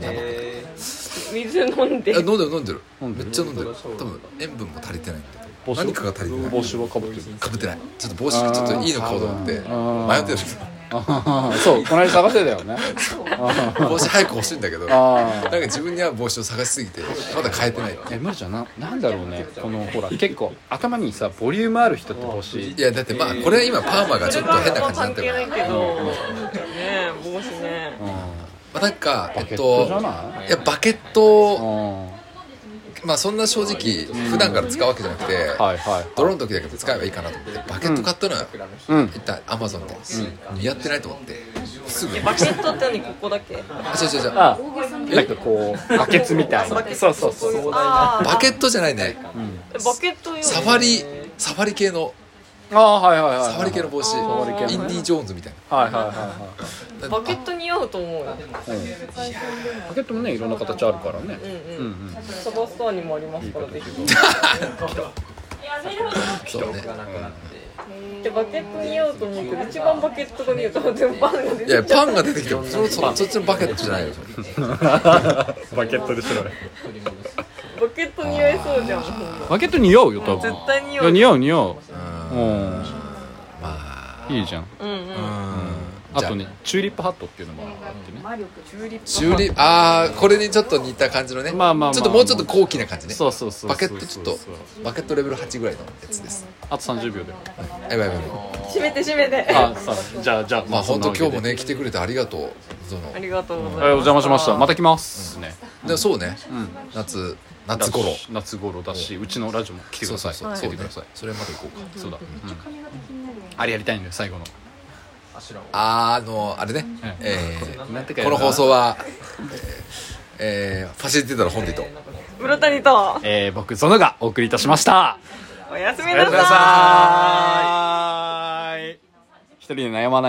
S1: 水飲んで
S4: あ飲んでる飲んでる
S2: 飲んで
S4: めっ
S2: る
S4: ちゃ飲んでる多分塩分も足りてないんだ
S2: 帽子
S4: 何かが足りてない
S2: 帽子はかぶってる
S4: かぶってないちょっと帽子ちょっといいの買おうと思って迷
S2: ー
S4: ってる
S2: あそうこの間探してたよね
S4: 帽子早く欲しいんだけどなん
S2: ああ
S4: か自分に合う帽子を探しすぎてまだ買えてない
S2: え無理じゃんななんだろうねこのほら結構頭にさボリュームある人って欲しい
S4: いやだってまあこれは今パーマがちょっと変な感じにな
S1: 関
S4: って
S1: 係
S4: る
S1: な
S4: から
S1: い
S4: ま
S1: けどねえ帽子ね
S4: あなんかえ
S2: バケ
S4: っ
S2: ット
S4: と
S2: じゃない
S4: いやバケットを
S2: うん
S4: まあそんな正直普段から使うわけじゃなくて
S2: はいはい
S4: ドローンの時だけ使えばいいかなと思ってバケット買ったのよ
S2: うん
S4: 一旦アマゾンで似合ってないと思ってすぐ
S1: バケットって何ここだけ
S4: あ違う違う違う
S2: あなんかこうバケツみたいなそうそうそう
S1: あ
S4: バケットじゃないね
S1: ーバケット用
S4: サファリサファリ系の
S2: ああはいはいはい
S4: サファリ系の帽子
S2: ァリ系
S4: イン
S2: の
S4: ディ・ジョーンズみたい
S2: はいはいはい
S4: な
S1: バケット似合うと思うよ
S2: はいうんバケットもねいろんな形あるからね
S1: うんうん
S2: ううんん
S1: サバスターにもありますからぜひ
S4: そうね
S1: でバケット似合うと思うけど一番バケットが似合うと思う全部パンが出
S4: い
S1: て
S4: や
S1: きちゃ
S4: パ
S1: う
S4: ンが出てきてもそのそそっちのバケットじゃないよ
S2: バケットでしろ
S1: バケット似合いそうじゃん
S2: バケット似合うよ多分
S1: 絶対似合う
S2: いや似合う似合ううん
S4: まあ
S2: いいじゃん
S1: うんうん
S2: あとねチューリップハットっていうのもあってね
S1: チューリップ
S4: 修理ああこれにちょっと似た感じのね
S2: まあまあまあ
S4: ちょっともうちょっと高貴な感じね
S2: そうそうそうそう
S4: バケットちょっとバケットレベル8ぐらいのやつです
S2: あと30秒で
S4: やばいやばいやばい
S1: 閉めて閉めて
S2: あさあじゃあじゃあ
S4: まあ
S2: そん
S4: 本
S2: な
S4: 当
S2: わけで
S4: 今日もね来てくれてありがとうその
S1: ありがとうございます
S2: えお邪魔しましたまた来ますね
S4: でそうね夏夏頃
S2: 夏頃だしうちのラジオも来てく
S4: そう
S2: だ
S4: そ
S2: さ
S4: う
S2: い来
S4: そうそ
S2: て
S4: う
S2: く
S4: ね
S2: ださい
S4: それまで行こうか
S2: そうだうんあれやりたいんだよ最後の
S4: あーあのあれね
S2: はい
S4: えー
S2: なんてかや
S4: こ
S2: る
S4: の
S2: な
S4: 放送は、えーえー、ファシリテーターの本でと。
S1: 室谷と
S2: えー僕ゾノがお送りいたしました
S1: おやすみ
S2: ありが
S1: な
S2: とうござい
S1: さい
S2: ます一人で悩まない